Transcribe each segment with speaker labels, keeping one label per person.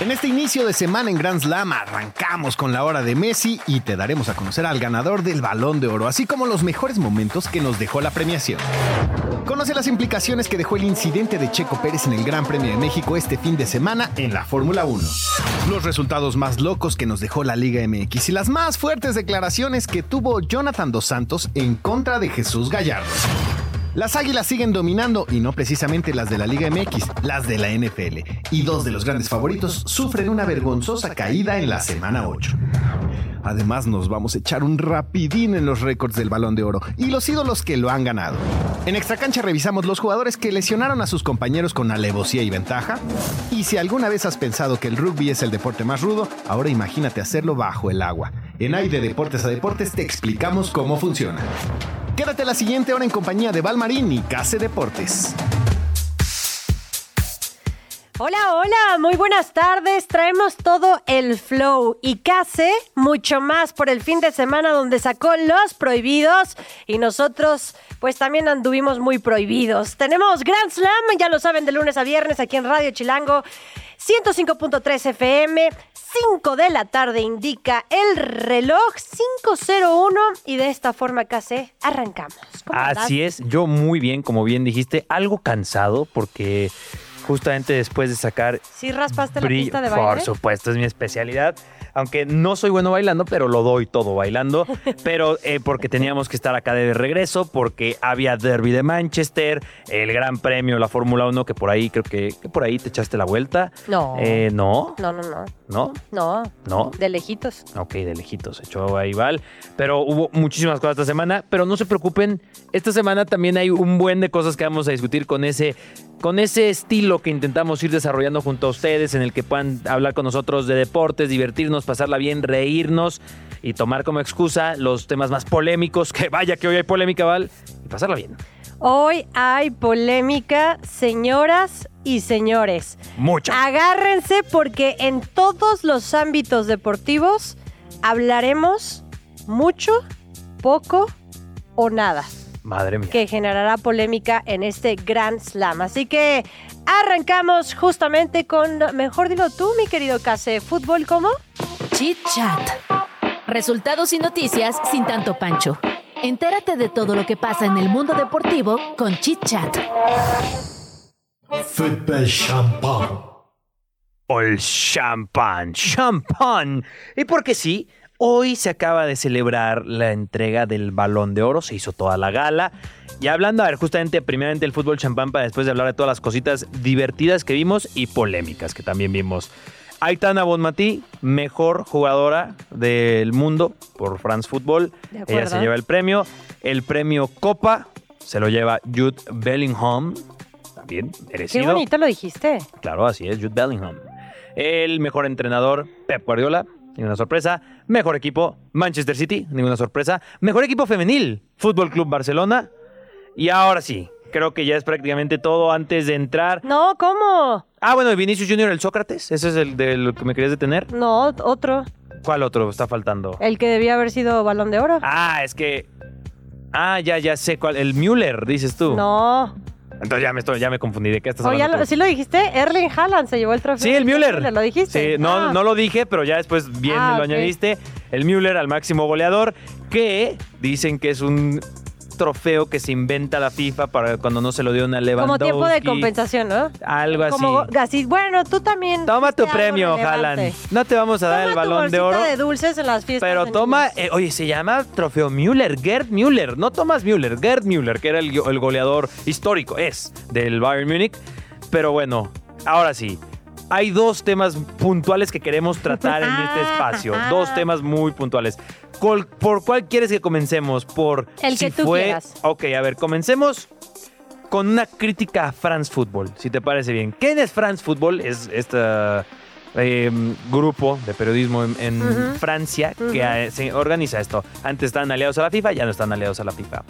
Speaker 1: En este inicio de semana en Grand Slam arrancamos con la hora de Messi y te daremos a conocer al ganador del balón de oro, así como los mejores momentos que nos dejó la premiación. Conoce las implicaciones que dejó el incidente de Checo Pérez en el Gran Premio de México este fin de semana en la Fórmula 1. Los resultados más locos que nos dejó la Liga MX y las más fuertes declaraciones que tuvo Jonathan Dos Santos en contra de Jesús Gallardo. Las Águilas siguen dominando, y no precisamente las de la Liga MX, las de la NFL. Y dos de los grandes favoritos sufren una vergonzosa caída en la semana 8. Además nos vamos a echar un rapidín en los récords del balón de oro y los ídolos que lo han ganado. En Extra Cancha revisamos los jugadores que lesionaron a sus compañeros con alevosía y ventaja. Y si alguna vez has pensado que el rugby es el deporte más rudo, ahora imagínate hacerlo bajo el agua. En AI de Deportes a Deportes te explicamos cómo funciona. Quédate la siguiente hora en compañía de Valmarín y Case Deportes.
Speaker 2: Hola, hola, muy buenas tardes. Traemos todo el flow y case mucho más por el fin de semana donde sacó los prohibidos y nosotros pues también anduvimos muy prohibidos. Tenemos Grand Slam, ya lo saben, de lunes a viernes aquí en Radio Chilango. 105.3 FM, 5 de la tarde indica el reloj 501 y de esta forma casi arrancamos.
Speaker 3: Así es, yo muy bien, como bien dijiste, algo cansado porque justamente después de sacar
Speaker 2: Si raspaste la
Speaker 3: brillo-
Speaker 2: pista de baile.
Speaker 3: por supuesto, es mi especialidad. Aunque no soy bueno bailando, pero lo doy todo bailando. Pero eh, porque teníamos que estar acá de regreso, porque había Derby de Manchester, el Gran Premio, la Fórmula 1, que por ahí creo que, que por ahí te echaste la vuelta.
Speaker 2: No.
Speaker 3: Eh, no,
Speaker 2: No, no, no.
Speaker 3: no.
Speaker 2: No.
Speaker 3: No.
Speaker 2: De lejitos.
Speaker 3: Ok, de lejitos, echó ahí Val. Pero hubo muchísimas cosas esta semana. Pero no se preocupen, esta semana también hay un buen de cosas que vamos a discutir con ese, con ese estilo que intentamos ir desarrollando junto a ustedes, en el que puedan hablar con nosotros de deportes, divertirnos, pasarla bien, reírnos y tomar como excusa los temas más polémicos. Que vaya que hoy hay polémica, Val, y pasarla bien.
Speaker 2: Hoy hay polémica, señoras y señores. Ah.
Speaker 3: Mucha.
Speaker 2: Agárrense porque en todos los ámbitos deportivos hablaremos mucho, poco o nada,
Speaker 3: Madre mía.
Speaker 2: que generará polémica en este Grand Slam. Así que arrancamos justamente con, mejor dilo tú, mi querido Case, fútbol como...
Speaker 4: Chit Chat. Resultados y noticias sin tanto pancho. Entérate de todo lo que pasa en el mundo deportivo con Chit Chat.
Speaker 5: Football champagne.
Speaker 3: el champán, champán. Y porque sí, hoy se acaba de celebrar la entrega del Balón de Oro, se hizo toda la gala. Y hablando, a ver, justamente primeramente el fútbol champán para después de hablar de todas las cositas divertidas que vimos y polémicas que también vimos. Aitana Bonmatí, mejor jugadora del mundo por France Football.
Speaker 2: De
Speaker 3: Ella
Speaker 2: acuerdo.
Speaker 3: se lleva el premio. El premio Copa se lo lleva Jude Bellingham. También
Speaker 2: Qué
Speaker 3: merecido.
Speaker 2: bonito lo dijiste.
Speaker 3: Claro, así es, Jude Bellingham. El mejor entrenador, Pep Guardiola, ninguna sorpresa. Mejor equipo, Manchester City, ninguna sorpresa. Mejor equipo femenil, Fútbol Club Barcelona. Y ahora sí, creo que ya es prácticamente todo antes de entrar.
Speaker 2: No, ¿cómo?
Speaker 3: Ah, bueno, Vinicius Junior, el Sócrates, ese es el de lo que me querías detener.
Speaker 2: No, otro.
Speaker 3: ¿Cuál otro está faltando?
Speaker 2: El que debía haber sido balón de oro.
Speaker 3: Ah, es que. Ah, ya, ya sé cuál. El Müller, dices tú.
Speaker 2: No.
Speaker 3: Entonces ya me, estoy, ya me confundí. ¿De qué estás
Speaker 2: Oh, ya
Speaker 3: hablando?
Speaker 2: lo-
Speaker 3: tú?
Speaker 2: ¿Sí lo dijiste? Erling Haaland se llevó el trofeo.
Speaker 3: Sí, el Müller.
Speaker 2: ¿Lo dijiste?
Speaker 3: Sí, no,
Speaker 2: Ah.
Speaker 3: no lo dije, pero ya después bien
Speaker 2: Ah,
Speaker 3: lo
Speaker 2: ok.
Speaker 3: añadiste. El Müller al máximo goleador, que dicen que es un trofeo que se inventa la FIFA para cuando no se lo dio una
Speaker 2: Como
Speaker 3: Lewandowski.
Speaker 2: tiempo de compensación, ¿no?
Speaker 3: Algo así.
Speaker 2: Como así, bueno, tú también.
Speaker 3: Toma
Speaker 2: fuiste
Speaker 3: tu
Speaker 2: algo
Speaker 3: premio,
Speaker 2: relevante.
Speaker 3: Haaland. No te vamos a
Speaker 2: Toma
Speaker 3: dar el
Speaker 2: tu
Speaker 3: balón de
Speaker 2: bolsita
Speaker 3: oro.
Speaker 2: de dulces en las fiestas.
Speaker 3: Pero
Speaker 2: de
Speaker 3: toma,
Speaker 2: niños.
Speaker 3: eh, oye, se llama trofeo Müller, Gerd Müller, no Thomas Müller, Gerd Müller, que era el, go- el goleador histórico, es, del Bayern Múnich. Pero bueno, ahora sí, hay dos temas puntuales que queremos tratar en este espacio, dos temas muy puntuales. Col- ¿Por cuál quieres que comencemos? Por
Speaker 2: El que tú quieras.
Speaker 3: Ok, a ver, comencemos con una crítica a France Football, si te parece bien. ¿Quién es France Football? Es este eh, grupo de periodismo en, en Francia que eh, se organiza esto. Antes estaban aliados a la FIFA, ya no están aliados a la FIFA.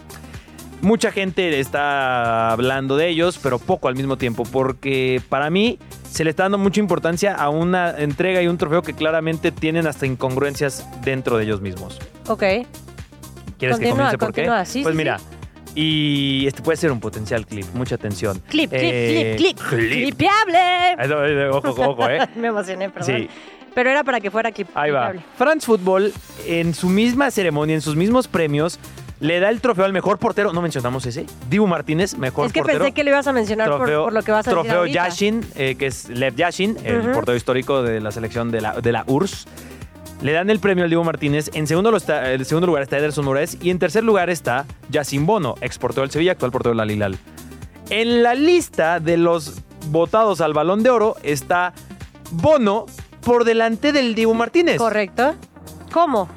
Speaker 3: Mucha gente está hablando de ellos, pero poco al mismo tiempo, porque para mí se le está dando mucha importancia a una entrega y un trofeo que claramente tienen hasta incongruencias dentro de ellos mismos.
Speaker 2: Ok.
Speaker 3: ¿Quieres que
Speaker 2: Continúa,
Speaker 3: comience por qué?
Speaker 2: continúa, sí,
Speaker 3: pues
Speaker 2: sí,
Speaker 3: mira, y este puede ser un potencial clip, mucha atención.
Speaker 2: Clip, clip,
Speaker 3: Eh,
Speaker 2: clip, clip. Clipiable.
Speaker 3: Ahí está, ahí está, Ojo, ojo, eh.
Speaker 2: Me emocioné, perdón.
Speaker 3: Sí.
Speaker 2: Pero era para que fuera clip.
Speaker 3: Ahí va.
Speaker 2: clipiable.
Speaker 3: France Football, en su misma ceremonia, en sus mismos premios, le da el trofeo al mejor portero. No mencionamos ese. Dibu Martínez, mejor
Speaker 2: Es que
Speaker 3: portero.
Speaker 2: pensé que lo ibas a mencionar por, por lo que vas a decir
Speaker 3: Trofeo
Speaker 2: ahorita.
Speaker 3: Yashin, eh, que es Lev Yashin, el
Speaker 2: Ujú.
Speaker 3: portero histórico de la selección de la, de la URSS. Le dan el premio al Dibu Martínez. En segundo, lo está- en segundo lugar está Ederson Moraes. Y en tercer lugar está Yassin Bono, ex portero del Sevilla, actual portero del Alilal. En la lista de los votados al Balón de Oro está Bono por delante del Dibu Martínez.
Speaker 2: Correcto. ¿Cómo?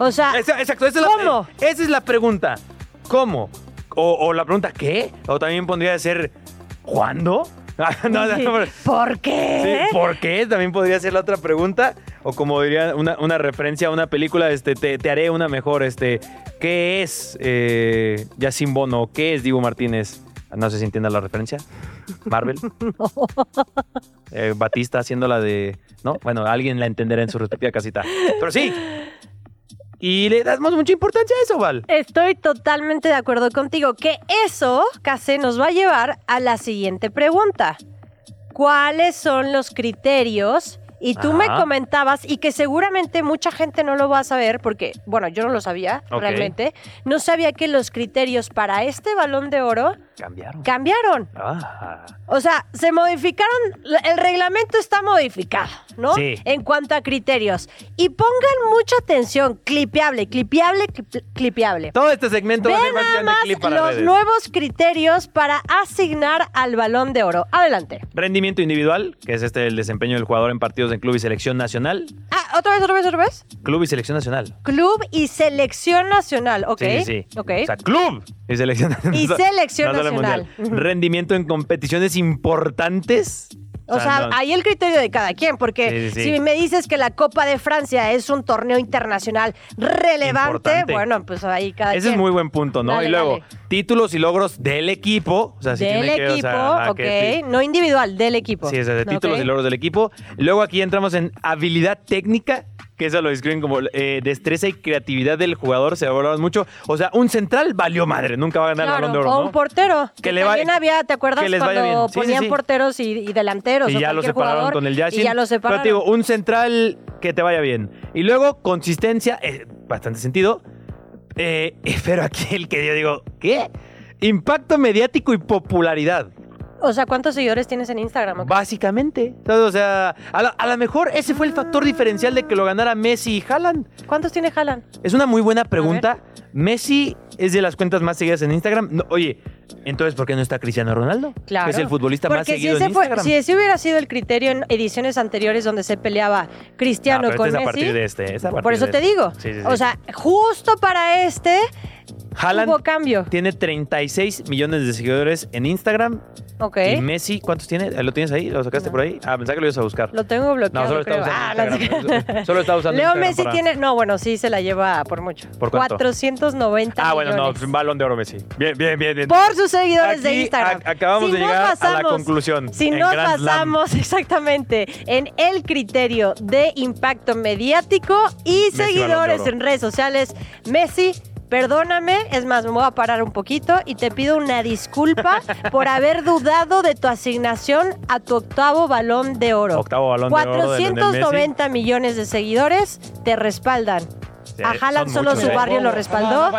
Speaker 2: O sea,
Speaker 3: Esa- Exacto, esa es,
Speaker 2: ¿Cómo?
Speaker 3: La, eh, esa es la pregunta. ¿Cómo? O, o la pregunta, ¿qué? O también podría ser, ¿cuándo? No, no, pero-
Speaker 2: ¿por qué?
Speaker 3: sí, ¿Por qué? También podría ser la otra pregunta. O como diría una, una referencia a una película, este, te, te haré una mejor. Este, ¿Qué es eh, Yacine Bono? ¿Qué es Diego Martínez? No sé si entiendan la referencia. Marvel. Eh, Batista haciendo la de. ¿No? Bueno, alguien la entenderá en su respectiva casita. Pero sí. Y le damos mucha importancia a eso, Val.
Speaker 2: Estoy totalmente de acuerdo contigo que eso, Case, nos va a llevar a la siguiente pregunta. ¿Cuáles son los criterios? Y tú me
Speaker 3: Ajá.
Speaker 2: comentabas, y que seguramente mucha gente no lo va a saber, porque, bueno, yo no lo sabía
Speaker 3: Ok.
Speaker 2: realmente, no sabía que los criterios para este balón de oro
Speaker 3: Cambiaron.
Speaker 2: cambiaron.
Speaker 3: Ah.
Speaker 2: O sea, se modificaron, la- el reglamento está modificado, ¿no?
Speaker 3: Sí.
Speaker 2: En cuanto a criterios. Y pongan mucha atención, clipeable, clipeable, clip- clipeable.
Speaker 3: Todo este segmento va a
Speaker 2: Ve
Speaker 3: ser
Speaker 2: nada
Speaker 3: básicamente
Speaker 2: más
Speaker 3: clip para
Speaker 2: los
Speaker 3: redes.
Speaker 2: nuevos criterios para asignar al balón de oro. Adelante.
Speaker 3: Rendimiento individual, que es este el desempeño del jugador en partidos en club y selección nacional.
Speaker 2: Ah, otra vez, otra vez, otra vez.
Speaker 3: Club y selección nacional.
Speaker 2: Club y selección nacional, ¿ok?
Speaker 3: Sí, sí, sí.
Speaker 2: Ok.
Speaker 3: O sea, club y selección nacional.
Speaker 2: Y selección
Speaker 3: No solo
Speaker 2: nacional.
Speaker 3: mundial. Rendimiento en competiciones importantes.
Speaker 2: O sea,
Speaker 3: no.
Speaker 2: ahí el criterio de cada quien, porque
Speaker 3: Sí, sí, sí.
Speaker 2: si me dices que la Copa de Francia es un torneo internacional relevante,
Speaker 3: Importante.
Speaker 2: bueno, pues ahí cada
Speaker 3: Ese
Speaker 2: quien.
Speaker 3: es muy buen punto, ¿no?
Speaker 2: Dale,
Speaker 3: y luego,
Speaker 2: dale.
Speaker 3: títulos y logros del equipo. O sea, sí
Speaker 2: del
Speaker 3: tiene que,
Speaker 2: equipo,
Speaker 3: o sea, ajá,
Speaker 2: ok,
Speaker 3: que-
Speaker 2: no individual, del equipo.
Speaker 3: Sí, o sea, de títulos
Speaker 2: Ok.
Speaker 3: y logros del equipo. Luego aquí entramos en habilidad técnica, que eso lo describen como eh, destreza y creatividad del jugador, se valoran mucho. O sea, un central valió madre, nunca va a ganar
Speaker 2: Claro,
Speaker 3: el balón de oro,
Speaker 2: o
Speaker 3: ¿no?
Speaker 2: un portero.
Speaker 3: Que
Speaker 2: Que
Speaker 3: le
Speaker 2: también
Speaker 3: vaya-
Speaker 2: había, ¿te acuerdas
Speaker 3: que les vaya
Speaker 2: cuando
Speaker 3: bien. Sí, sí,
Speaker 2: ponían
Speaker 3: sí.
Speaker 2: porteros y, y delanteros? o
Speaker 3: Y ya lo
Speaker 2: cualquier
Speaker 3: separaron
Speaker 2: jugador,
Speaker 3: con el Yashin.
Speaker 2: Y ya lo separaron.
Speaker 3: Pero te digo, un central que te vaya bien. Y luego, consistencia, eh, bastante sentido. Eh, pero aquí el que yo digo, ¿qué? Impacto mediático y popularidad.
Speaker 2: O sea, ¿cuántos seguidores tienes en Instagram? ok?
Speaker 3: Básicamente. Entonces, o sea, a lo, a lo mejor ese fue el factor diferencial de que lo ganara Messi y Haaland.
Speaker 2: ¿Cuántos tiene Haaland?
Speaker 3: Es una muy buena pregunta. Messi es de las cuentas más seguidas en Instagram. No, oye, entonces, ¿por qué no está Cristiano Ronaldo? Que
Speaker 2: Claro.
Speaker 3: es el futbolista más
Speaker 2: Porque si
Speaker 3: seguido
Speaker 2: ese
Speaker 3: en
Speaker 2: fue-
Speaker 3: Instagram.
Speaker 2: si ese hubiera sido el criterio en ediciones anteriores donde se peleaba
Speaker 3: Ah,
Speaker 2: Cristiano
Speaker 3: pero
Speaker 2: con
Speaker 3: este es a
Speaker 2: Messi.
Speaker 3: partir de este. es a
Speaker 2: por
Speaker 3: partir
Speaker 2: eso
Speaker 3: de
Speaker 2: te
Speaker 3: este.
Speaker 2: digo.
Speaker 3: Sí, sí, sí.
Speaker 2: O sea, justo para este
Speaker 3: Haaland
Speaker 2: hubo cambio.
Speaker 3: tiene 36 millones de seguidores en Instagram.
Speaker 2: Ok.
Speaker 3: Y Messi, ¿cuántos tiene? ¿Lo tienes ahí? ¿Lo sacaste
Speaker 2: No.
Speaker 3: por ahí? Ah, pensaba que lo ibas a buscar.
Speaker 2: Lo tengo
Speaker 3: no,
Speaker 2: bloqueado.
Speaker 3: solo está
Speaker 2: creo.
Speaker 3: usando
Speaker 2: Ah, no
Speaker 3: Instagram.
Speaker 2: sé qué.
Speaker 3: Solo está usando
Speaker 2: Leo
Speaker 3: Instagram
Speaker 2: Messi
Speaker 3: para-
Speaker 2: tiene. No, bueno, sí se la lleva por mucho.
Speaker 3: ¿Por cuánto?
Speaker 2: 490.
Speaker 3: Ah, bueno, no,
Speaker 2: millones.
Speaker 3: balón de oro Messi. Bien, bien, bien. bien.
Speaker 2: Por sus seguidores de
Speaker 3: Aquí
Speaker 2: Instagram.
Speaker 3: a- acabamos
Speaker 2: Si
Speaker 3: de
Speaker 2: nos
Speaker 3: llegar a la
Speaker 2: basamos-
Speaker 3: conclusión.
Speaker 2: Si
Speaker 3: en
Speaker 2: nos
Speaker 3: Grand Slam.
Speaker 2: basamos exactamente en el criterio de impacto mediático y
Speaker 3: Messi, Balón de
Speaker 2: seguidores
Speaker 3: Oro.
Speaker 2: en redes sociales, Messi, perdóname, es más, me voy a parar un poquito y te pido una disculpa por haber dudado de tu asignación a tu octavo balón de oro.
Speaker 3: Octavo balón de oro de Lionel Messi.
Speaker 2: 490 millones de seguidores te respaldan.
Speaker 3: Sí,
Speaker 2: A Haaland
Speaker 3: son
Speaker 2: solo
Speaker 3: muchos,
Speaker 2: su
Speaker 3: ¿eh?
Speaker 2: barrio lo respaldó,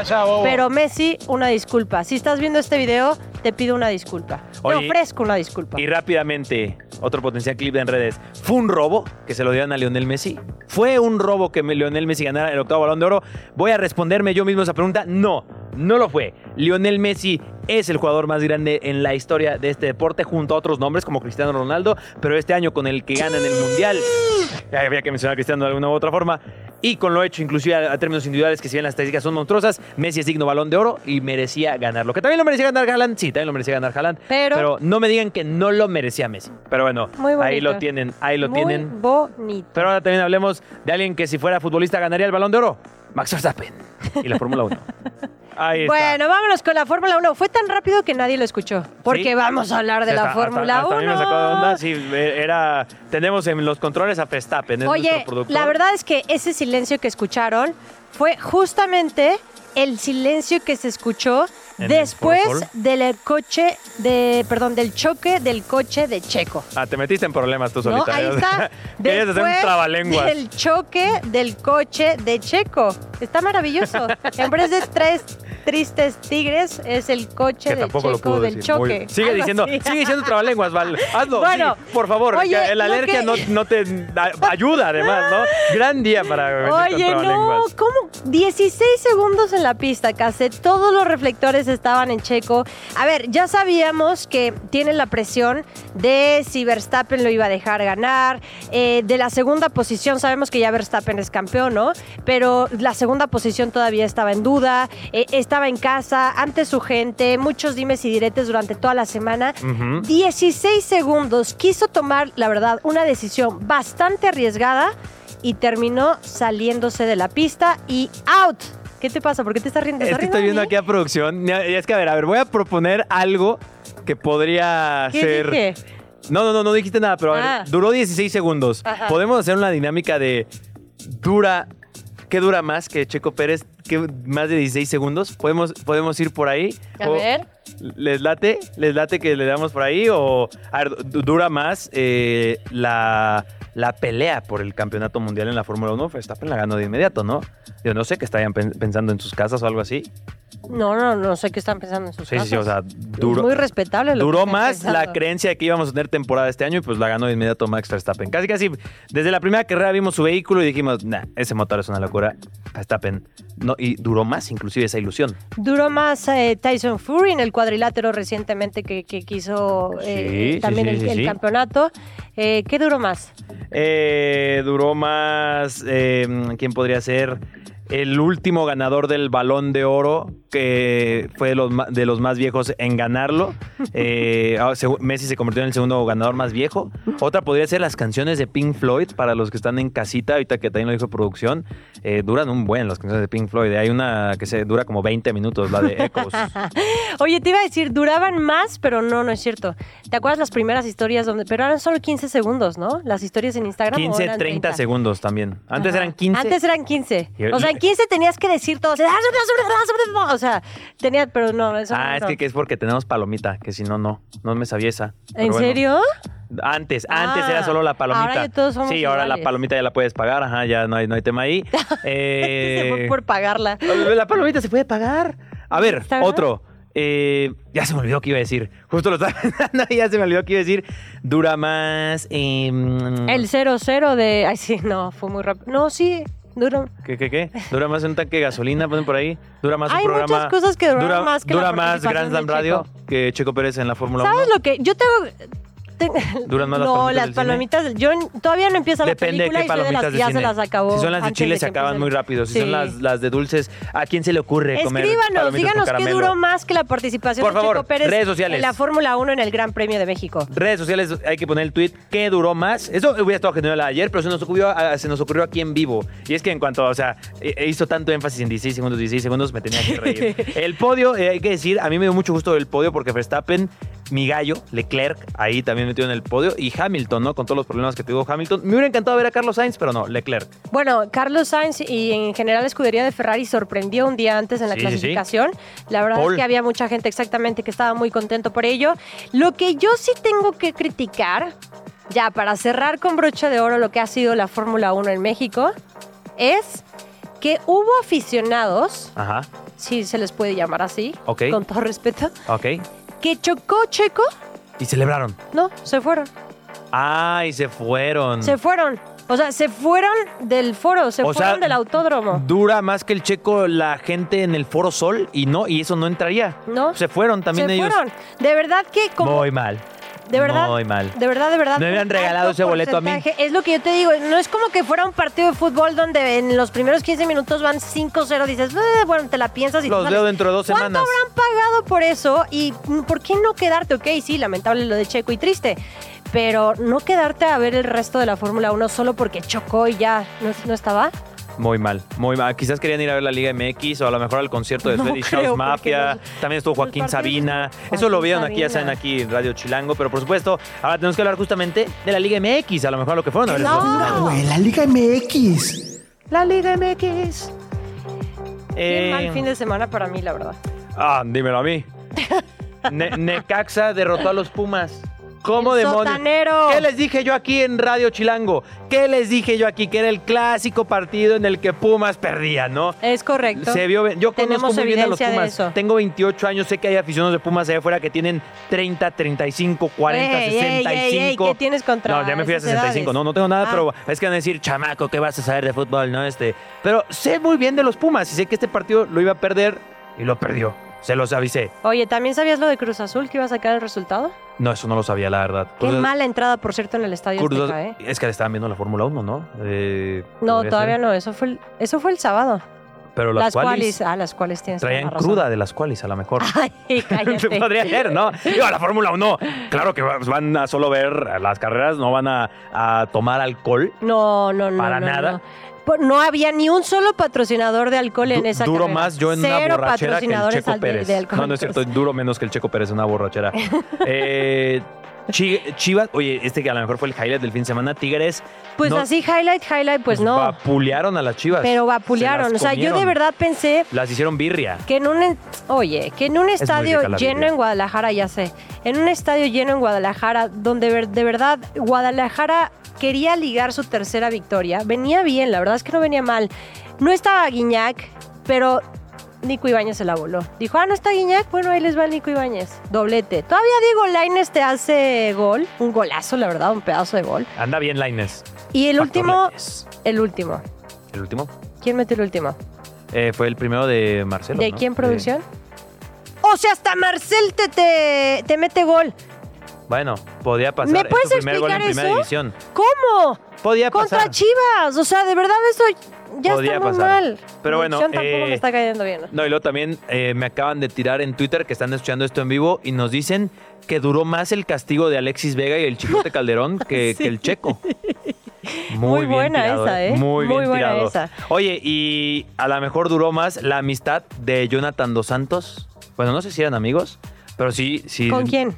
Speaker 2: pero Messi, una disculpa. Si estás viendo este video, te pido una disculpa.
Speaker 3: Oye,
Speaker 2: te ofrezco una disculpa.
Speaker 3: Y rápidamente, otro potencial clip en redes. ¿Fue un robo que se lo dieran a Lionel Messi? ¿Fue un robo que me- Lionel Messi ganara el octavo balón de oro? Voy a responderme yo mismo esa pregunta. No, no lo fue. Lionel Messi es el jugador más grande en la historia de este deporte, junto a otros nombres como Cristiano Ronaldo, pero este año con el que ganan el Mundial, ya había que mencionar a Cristiano de alguna u otra forma, Y con lo hecho, inclusive a, a términos individuales, que si bien las estadísticas son monstruosas, Messi es digno balón de oro y merecía ganarlo. Que también lo merecía ganar Haaland, sí, también lo merecía ganar Haaland.
Speaker 2: Pero-
Speaker 3: no me digan que no lo merecía Messi. Pero bueno,
Speaker 2: Muy bonito. ¿eh?
Speaker 3: ahí lo tienen, ahí lo
Speaker 2: Muy
Speaker 3: tienen.
Speaker 2: bonito.
Speaker 3: Pero ahora también hablemos de alguien que si fuera futbolista ganaría el balón de oro, Max Verstappen. Y la Fórmula 1. Ahí está.
Speaker 2: Bueno, vámonos con la Fórmula 1. Fue tan rápido que nadie lo escuchó. Porque
Speaker 3: Sí.
Speaker 2: vamos a hablar de
Speaker 3: Hasta-
Speaker 2: la
Speaker 3: hasta-
Speaker 2: Fórmula
Speaker 3: hasta
Speaker 2: 1.
Speaker 3: a mí me sacó de onda, sí, eh, era, tenemos en los controles a Verstappen, es
Speaker 2: Oye,
Speaker 3: nuestro productor.
Speaker 2: la verdad es que ese silencio que escucharon fue justamente el silencio que se escuchó
Speaker 3: En el
Speaker 2: después
Speaker 3: Fórmula.
Speaker 2: del coche de, perdón, del choque del coche de Checo.
Speaker 3: Ah, te metiste en problemas tú
Speaker 2: ¿no?
Speaker 3: solita.
Speaker 2: Ahí
Speaker 3: ¿eh?
Speaker 2: está.
Speaker 3: Querías hacer un
Speaker 2: después
Speaker 3: trabalenguas.
Speaker 2: del choque del coche de Checo. Está maravilloso. en vez de tres tristes tigres, es el coche
Speaker 3: Que
Speaker 2: del Checo
Speaker 3: tampoco lo pudo
Speaker 2: del
Speaker 3: decir. Muy
Speaker 2: choque.
Speaker 3: bien. Sigue
Speaker 2: Algo
Speaker 3: diciendo,
Speaker 2: así.
Speaker 3: sigue diciendo trabalenguas, Val. Hazlo,
Speaker 2: Bueno,
Speaker 3: sí, por favor.
Speaker 2: oye,
Speaker 3: que la
Speaker 2: lo
Speaker 3: alergia
Speaker 2: que-
Speaker 3: no, no te da- ayuda, además, ¿no? Gran día para venir con
Speaker 2: Oye, no,
Speaker 3: trabalenguas.
Speaker 2: ¿cómo? 16 segundos en la pista, casi todos los reflectores estaban en Checo. A ver, ya sabíamos que tiene la presión de si Verstappen lo iba a dejar ganar, eh, de la segunda posición, sabemos que ya Verstappen es campeón, ¿no? Pero la segunda posición todavía estaba en duda, eh, estaba en casa, ante su gente, muchos dimes y diretes durante toda la semana.
Speaker 3: Ujú.
Speaker 2: 16 segundos quiso tomar, la verdad, una decisión bastante arriesgada y terminó saliéndose de la pista y out. ¿Qué te pasa? ¿Por qué te estás riendo? ¿Te
Speaker 3: Es
Speaker 2: estás
Speaker 3: que estoy
Speaker 2: riendo
Speaker 3: viendo
Speaker 2: de
Speaker 3: aquí a producción. Ya- Es que, a ver, a ver, voy a proponer algo que podría
Speaker 2: mí? ¿Qué
Speaker 3: ser.
Speaker 2: dije?
Speaker 3: No, no, no, no dijiste nada, pero a ver,
Speaker 2: Ah.
Speaker 3: duró 16 segundos.
Speaker 2: Ajá.
Speaker 3: Podemos hacer una dinámica de dura. ¿Qué dura más que Checo Pérez? ¿Qué más de 16 segundos? ¿Podemos, podemos ir por ahí?
Speaker 2: A
Speaker 3: O-
Speaker 2: ver.
Speaker 3: ¿Les late? ¿Les late que le damos por ahí? ¿O a ver, du- dura más eh, la, la pelea por el campeonato mundial en la Fórmula 1? Verstappen la ganó de inmediato, ¿no? Yo no sé que estarían pen- pensando en sus casas o algo así.
Speaker 2: No, no, no sé qué están pensando en sus
Speaker 3: Sí, sí, sí, o
Speaker 2: casas.
Speaker 3: sea,
Speaker 2: Es
Speaker 3: duró.
Speaker 2: muy respetable lo que
Speaker 3: Duró
Speaker 2: están
Speaker 3: más la
Speaker 2: pensando.
Speaker 3: creencia de que íbamos a tener temporada este año y pues la ganó de inmediato Max Verstappen. Casi casi desde la primera carrera vimos su vehículo y dijimos, nah, ese motor es una locura. Verstappen. No, y duró más inclusive esa ilusión.
Speaker 2: Duró más eh, Tyson Fury en el cuadrilátero recientemente que, que quiso eh,
Speaker 3: Sí, sí,
Speaker 2: también
Speaker 3: sí,
Speaker 2: el,
Speaker 3: sí,
Speaker 2: el
Speaker 3: sí.
Speaker 2: campeonato. Eh, ¿Qué duró más?
Speaker 3: Eh, duró más. eh, ¿Quién podría ser? El último ganador del balón de oro, que fue de los, ma- de los más viejos en ganarlo. Eh, ah, segu- Messi se convirtió en el segundo ganador más viejo. Otra podría ser las canciones de Pink Floyd, para los que están en casita, ahorita que también lo dijo producción. eh, duran un buen las canciones de Pink Floyd. eh. Hay una que se dura como 20 minutos, la de Echoes.
Speaker 2: Oye, te iba a decir, duraban más, pero no, no es cierto. ¿Te acuerdas las primeras historias donde... Pero eran solo 15 segundos, ¿no? Las historias en Instagram. o
Speaker 3: 15,
Speaker 2: eran
Speaker 3: 30 segundos también. Antes
Speaker 2: Ajá.
Speaker 3: eran 15.
Speaker 2: Antes eran 15.
Speaker 3: Y-
Speaker 2: O sea, en 15 tenías que decir "Ah, todo. ah", O sea, tenías, pero no, eso
Speaker 3: Ah,
Speaker 2: no,
Speaker 3: es
Speaker 2: no.
Speaker 3: que, que es porque tenemos palomita, que si no, no. No me sabía esa. Pero
Speaker 2: ¿En
Speaker 3: bueno.
Speaker 2: serio?
Speaker 3: Antes,
Speaker 2: Ah,
Speaker 3: antes era solo la palomita.
Speaker 2: ahora ya todos somos
Speaker 3: sí, ahora
Speaker 2: iguales.
Speaker 3: la palomita ya la puedes pagar, ajá, ya no hay, no hay tema ahí. Eh,
Speaker 2: Se fue por pagarla.
Speaker 3: La palomita se puede pagar. A ver,
Speaker 2: ¿Está?
Speaker 3: otro. Eh, ya se me olvidó que iba a decir. Justo lo estaba pensando y ya se me olvidó que iba a decir. Dura más. eh, mm,
Speaker 2: El 0-0 de... Ay, sí, no, fue muy rápido. No, sí, duró.
Speaker 3: ¿Qué, qué, qué? Dura más un tanque de gasolina, ponen por ahí. Dura más
Speaker 2: Hay
Speaker 3: un
Speaker 2: muchas
Speaker 3: programa.
Speaker 2: cosas que duraron
Speaker 3: dura,
Speaker 2: más que la
Speaker 3: Dura más
Speaker 2: participación
Speaker 3: Grand Slam
Speaker 2: de
Speaker 3: Radio
Speaker 2: Checo.
Speaker 3: que Checo Pérez en la Fórmula 1.
Speaker 2: ¿Sabes lo que? Yo tengo... te-
Speaker 3: ¿Duran más las
Speaker 2: no,
Speaker 3: palomitas
Speaker 2: las
Speaker 3: del cine?
Speaker 2: palomitas. del- Yo n- todavía no empieza la
Speaker 3: Depende de
Speaker 2: película
Speaker 3: qué
Speaker 2: y soy de
Speaker 3: palomitas
Speaker 2: las
Speaker 3: de
Speaker 2: ya
Speaker 3: cine.
Speaker 2: se las acabó.
Speaker 3: Si son las de
Speaker 2: antes
Speaker 3: chile se
Speaker 2: que
Speaker 3: acaban
Speaker 2: empiece
Speaker 3: muy
Speaker 2: la-
Speaker 3: rápido. Si son
Speaker 2: Sí.
Speaker 3: las, las de dulces, ¿a quién se le ocurre comer
Speaker 2: Escríbanos,
Speaker 3: palomitas con
Speaker 2: díganos qué
Speaker 3: caramelo?
Speaker 2: duró más que la participación
Speaker 3: Por
Speaker 2: de
Speaker 3: favor,
Speaker 2: Checo Pérez
Speaker 3: redes sociales.
Speaker 2: en la Fórmula 1 en el Gran Premio de México.
Speaker 3: Redes sociales, hay que poner el tweet ¿Qué duró más? Eso hubiera estado genial ayer, pero se nos, ocurrió, ah, se nos ocurrió aquí en vivo. Y es que en cuanto, o sea, eh, eh, hizo tanto énfasis en 16 segundos, 16 segundos, me tenía que reír. el podio, eh, hay que decir, a mí me dio mucho gusto el podio porque Verstappen, mi gallo, Leclerc, ahí también metido en el podio, y Hamilton, ¿no? Con todos los problemas que tuvo Hamilton. Me hubiera encantado ver a Carlos Sainz, pero no, Leclerc.
Speaker 2: Bueno, Carlos Sainz y en general la escudería de Ferrari sorprendió un día antes en la
Speaker 3: Sí, sí, sí.
Speaker 2: clasificación. La verdad es
Speaker 3: Paul.
Speaker 2: que había mucha gente exactamente que estaba muy contento por ello. Lo que yo sí tengo que criticar, ya para cerrar con broche de oro lo que ha sido la Fórmula 1 en México, es que hubo aficionados,
Speaker 3: Ajá,
Speaker 2: si se les puede llamar así,
Speaker 3: Ok.
Speaker 2: con todo respeto,
Speaker 3: ok.
Speaker 2: que chocó Checo,
Speaker 3: Y celebraron.
Speaker 2: no, se fueron.
Speaker 3: Ay, se fueron.
Speaker 2: Se fueron. O sea, se fueron del foro, se
Speaker 3: Mm. O sea,
Speaker 2: fueron del autódromo.
Speaker 3: Dura más que el checo la gente en el Foro Sol y no, y eso no entraría.
Speaker 2: No.
Speaker 3: Se fueron también
Speaker 2: se
Speaker 3: ellos.
Speaker 2: fueron. De verdad que como
Speaker 3: Muy mal.
Speaker 2: De verdad.
Speaker 3: Muy mal.
Speaker 2: De verdad, de verdad.
Speaker 3: Me habían
Speaker 2: un
Speaker 3: regalado
Speaker 2: alto
Speaker 3: ese boleto a mí.
Speaker 2: porcentaje. Es lo que yo te digo. No es como que fuera un partido de fútbol donde en los primeros 15 minutos van 5-0. Dices, "Eh, bueno, te la piensas y
Speaker 3: Los
Speaker 2: tú sales".
Speaker 3: veo dentro de dos semanas.
Speaker 2: ¿Cuánto habrán pagado por eso? ¿Y mm, por qué no quedarte? Ok, sí, lamentable lo de Checo y triste. Pero no quedarte a ver el resto de la Fórmula 1 solo porque chocó y ya no, no estaba.
Speaker 3: Muy mal, muy mal. Quizás querían ir a ver la Liga MX o a lo mejor al concierto de
Speaker 2: No
Speaker 3: Swedish
Speaker 2: creo,
Speaker 3: House
Speaker 2: porque
Speaker 3: Mafia.
Speaker 2: los-
Speaker 3: También estuvo
Speaker 2: los
Speaker 3: Joaquín
Speaker 2: partidos-
Speaker 3: Sabina. Eso
Speaker 2: Joaquín
Speaker 3: lo vieron aquí, ya saben,
Speaker 2: Sabina.
Speaker 3: aquí en Radio Chilango. Pero por supuesto, ahora tenemos que hablar justamente de la Liga MX, a lo mejor lo que fueron a ver. esos dos.
Speaker 5: Güey, la Liga MX.
Speaker 3: La Liga MX.
Speaker 2: Qué
Speaker 3: Eh,
Speaker 2: mal fin de semana para mí, la verdad.
Speaker 3: Ah, dímelo a mí. Ne- Necaxa derrotó a los Pumas. ¿Cómo
Speaker 2: El
Speaker 3: demonios?
Speaker 2: sotanero.
Speaker 3: ¿Qué les dije yo aquí en Radio Chilango? ¿Qué les dije yo aquí? Que era el clásico partido en el que Pumas perdía, ¿no?
Speaker 2: Es correcto.
Speaker 3: Se vio, yo conozco
Speaker 2: Tenemos
Speaker 3: muy bien a los
Speaker 2: evidencia de
Speaker 3: Pumas.
Speaker 2: eso.
Speaker 3: Tengo 28 años, sé que hay aficionados de Pumas allá afuera que tienen 30, 35,
Speaker 2: Ey, ey,
Speaker 3: 40,
Speaker 2: ey,
Speaker 3: 65.
Speaker 2: ey, ¿qué tienes contra
Speaker 3: No, ya me fui a
Speaker 2: esas
Speaker 3: 65.
Speaker 2: edades?
Speaker 3: No, no tengo nada,
Speaker 2: Ah.
Speaker 3: pero es que van a decir, chamaco, ¿qué vas a saber de fútbol? No, este. Pero sé muy bien de los Pumas y sé que este partido lo iba a perder y lo perdió. Se los avisé.
Speaker 2: Oye, ¿también sabías lo de Cruz Azul que iba a sacar el resultado?
Speaker 3: No, eso no lo sabía, la verdad.
Speaker 2: Qué
Speaker 3: Cruz-
Speaker 2: mala entrada, por cierto, en el estadio
Speaker 3: Cruz-
Speaker 2: Azteca, ¿eh?
Speaker 3: Es que le estaban viendo la Fórmula 1, ¿no? Eh,
Speaker 2: No,
Speaker 3: podría
Speaker 2: todavía
Speaker 3: ser.
Speaker 2: no. Eso fue el, eso fue el sábado.
Speaker 3: Pero las,
Speaker 2: Las,
Speaker 3: cuales,
Speaker 2: cuales, ah, las cuales tienes toda
Speaker 3: traían
Speaker 2: la razón.
Speaker 3: cruda de las cuales, a lo mejor.
Speaker 2: Ay, cállate.
Speaker 3: Podría ser, ¿no? Digo, a la Fórmula 1, claro que va- van a solo ver las carreras, no van a, a tomar alcohol.
Speaker 2: No, no, no.
Speaker 3: Para
Speaker 2: no,
Speaker 3: nada.
Speaker 2: No. Por- no había ni un solo patrocinador de alcohol en
Speaker 3: Du-
Speaker 2: esa
Speaker 3: duro
Speaker 2: carrera.
Speaker 3: más yo en una
Speaker 2: Cero
Speaker 3: borrachera que el
Speaker 2: patrocinadores
Speaker 3: Checo
Speaker 2: al- de-
Speaker 3: Pérez.
Speaker 2: de alcohol.
Speaker 3: no, no es cierto, duro menos que el Checo Pérez en una borrachera. Eh, Chi- Chivas, oye, este que a lo mejor fue el highlight del fin de semana, Tigres.
Speaker 2: Pues
Speaker 3: no-
Speaker 2: así, highlight, highlight, pues no.
Speaker 3: Vapulearon a las Chivas.
Speaker 2: Pero
Speaker 3: Se
Speaker 2: vapulearon.
Speaker 3: las
Speaker 2: O sea, yo de
Speaker 3: comieron.
Speaker 2: verdad pensé
Speaker 3: Las hicieron birria.
Speaker 2: que en un oye, que en un
Speaker 3: muy
Speaker 2: estadio
Speaker 3: rica la
Speaker 2: lleno
Speaker 3: birria.
Speaker 2: en Guadalajara, ya sé, en un estadio lleno en Guadalajara, donde ver- de verdad Guadalajara quería ligar su tercera victoria, venía bien, la verdad es que no venía mal. No estaba Guiñac, pero Nico Ibáñez se la voló. Dijo, ah, no está Guiñac, bueno, ahí les va el Nico Ibáñez. Doblete. Todavía Diego Laines te hace gol, un golazo, la verdad, un pedazo de gol.
Speaker 3: Anda bien, Laines.
Speaker 2: Y el
Speaker 3: Factor
Speaker 2: último,
Speaker 3: Lainez.
Speaker 2: el último.
Speaker 3: El último
Speaker 2: ¿Quién metió el último?
Speaker 3: eh, fue el primero de Marcelo.
Speaker 2: ¿De
Speaker 3: ¿no?
Speaker 2: quién producción? O sea, hasta Marcel te, te, te mete gol.
Speaker 3: Bueno, podía pasar.
Speaker 2: ¿Me
Speaker 3: Es tu
Speaker 2: puedes
Speaker 3: primer gol en
Speaker 2: explicar
Speaker 3: primera
Speaker 2: eso?
Speaker 3: división.
Speaker 2: ¿Cómo?
Speaker 3: Podía
Speaker 2: Contra
Speaker 3: pasar.
Speaker 2: Chivas. O sea, de verdad eso ya
Speaker 3: Podía
Speaker 2: está muy
Speaker 3: pasar.
Speaker 2: mal.
Speaker 3: Pero
Speaker 2: Mi
Speaker 3: bueno,
Speaker 2: opción tampoco
Speaker 3: eh,
Speaker 2: me está cayendo bien.
Speaker 3: No, y luego también eh, me acaban de tirar en Twitter que están escuchando esto en vivo y nos dicen que duró más el castigo de Alexis Vega y el Chicote Calderón que, que el Checo.
Speaker 2: Muy
Speaker 3: bien
Speaker 2: buena
Speaker 3: tirado,
Speaker 2: esa, ¿eh? Muy
Speaker 3: Muy, bien
Speaker 2: buena
Speaker 3: tirado.
Speaker 2: esa.
Speaker 3: Oye, y a lo mejor duró más la amistad de Jonathan Dos Santos. Bueno, no sé si eran amigos, pero sí, sí.
Speaker 2: ¿Con quién?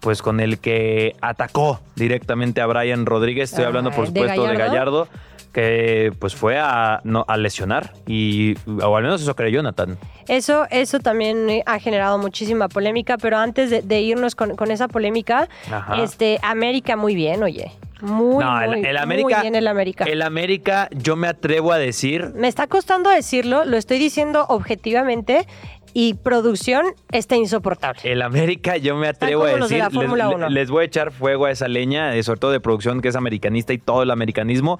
Speaker 3: pues con el que atacó directamente a Brian Rodríguez. Estoy
Speaker 2: Ah,
Speaker 3: hablando, por
Speaker 2: ¿de
Speaker 3: supuesto, de
Speaker 2: Gallardo?
Speaker 3: Gallardo, que pues fue a, no, a lesionar. Y, o al menos eso cree Jonathan.
Speaker 2: Eso, eso también ha generado muchísima polémica, pero antes de, de irnos con, con esa polémica,
Speaker 3: Ajá.
Speaker 2: este América muy bien, oye. Muy,
Speaker 3: No, el-
Speaker 2: muy,
Speaker 3: el
Speaker 2: muy
Speaker 3: América-
Speaker 2: bien el América.
Speaker 3: El América, yo me atrevo a decir,
Speaker 2: Me está costando decirlo, lo estoy diciendo objetivamente y producción está insoportable.
Speaker 3: el América, yo me atrevo a
Speaker 2: como los de
Speaker 3: decir,
Speaker 2: la
Speaker 3: les,
Speaker 2: Fórmula
Speaker 3: le-
Speaker 2: Uno.
Speaker 3: les voy a echar fuego a esa leña, eh, sobre todo de producción que es americanista y todo el americanismo.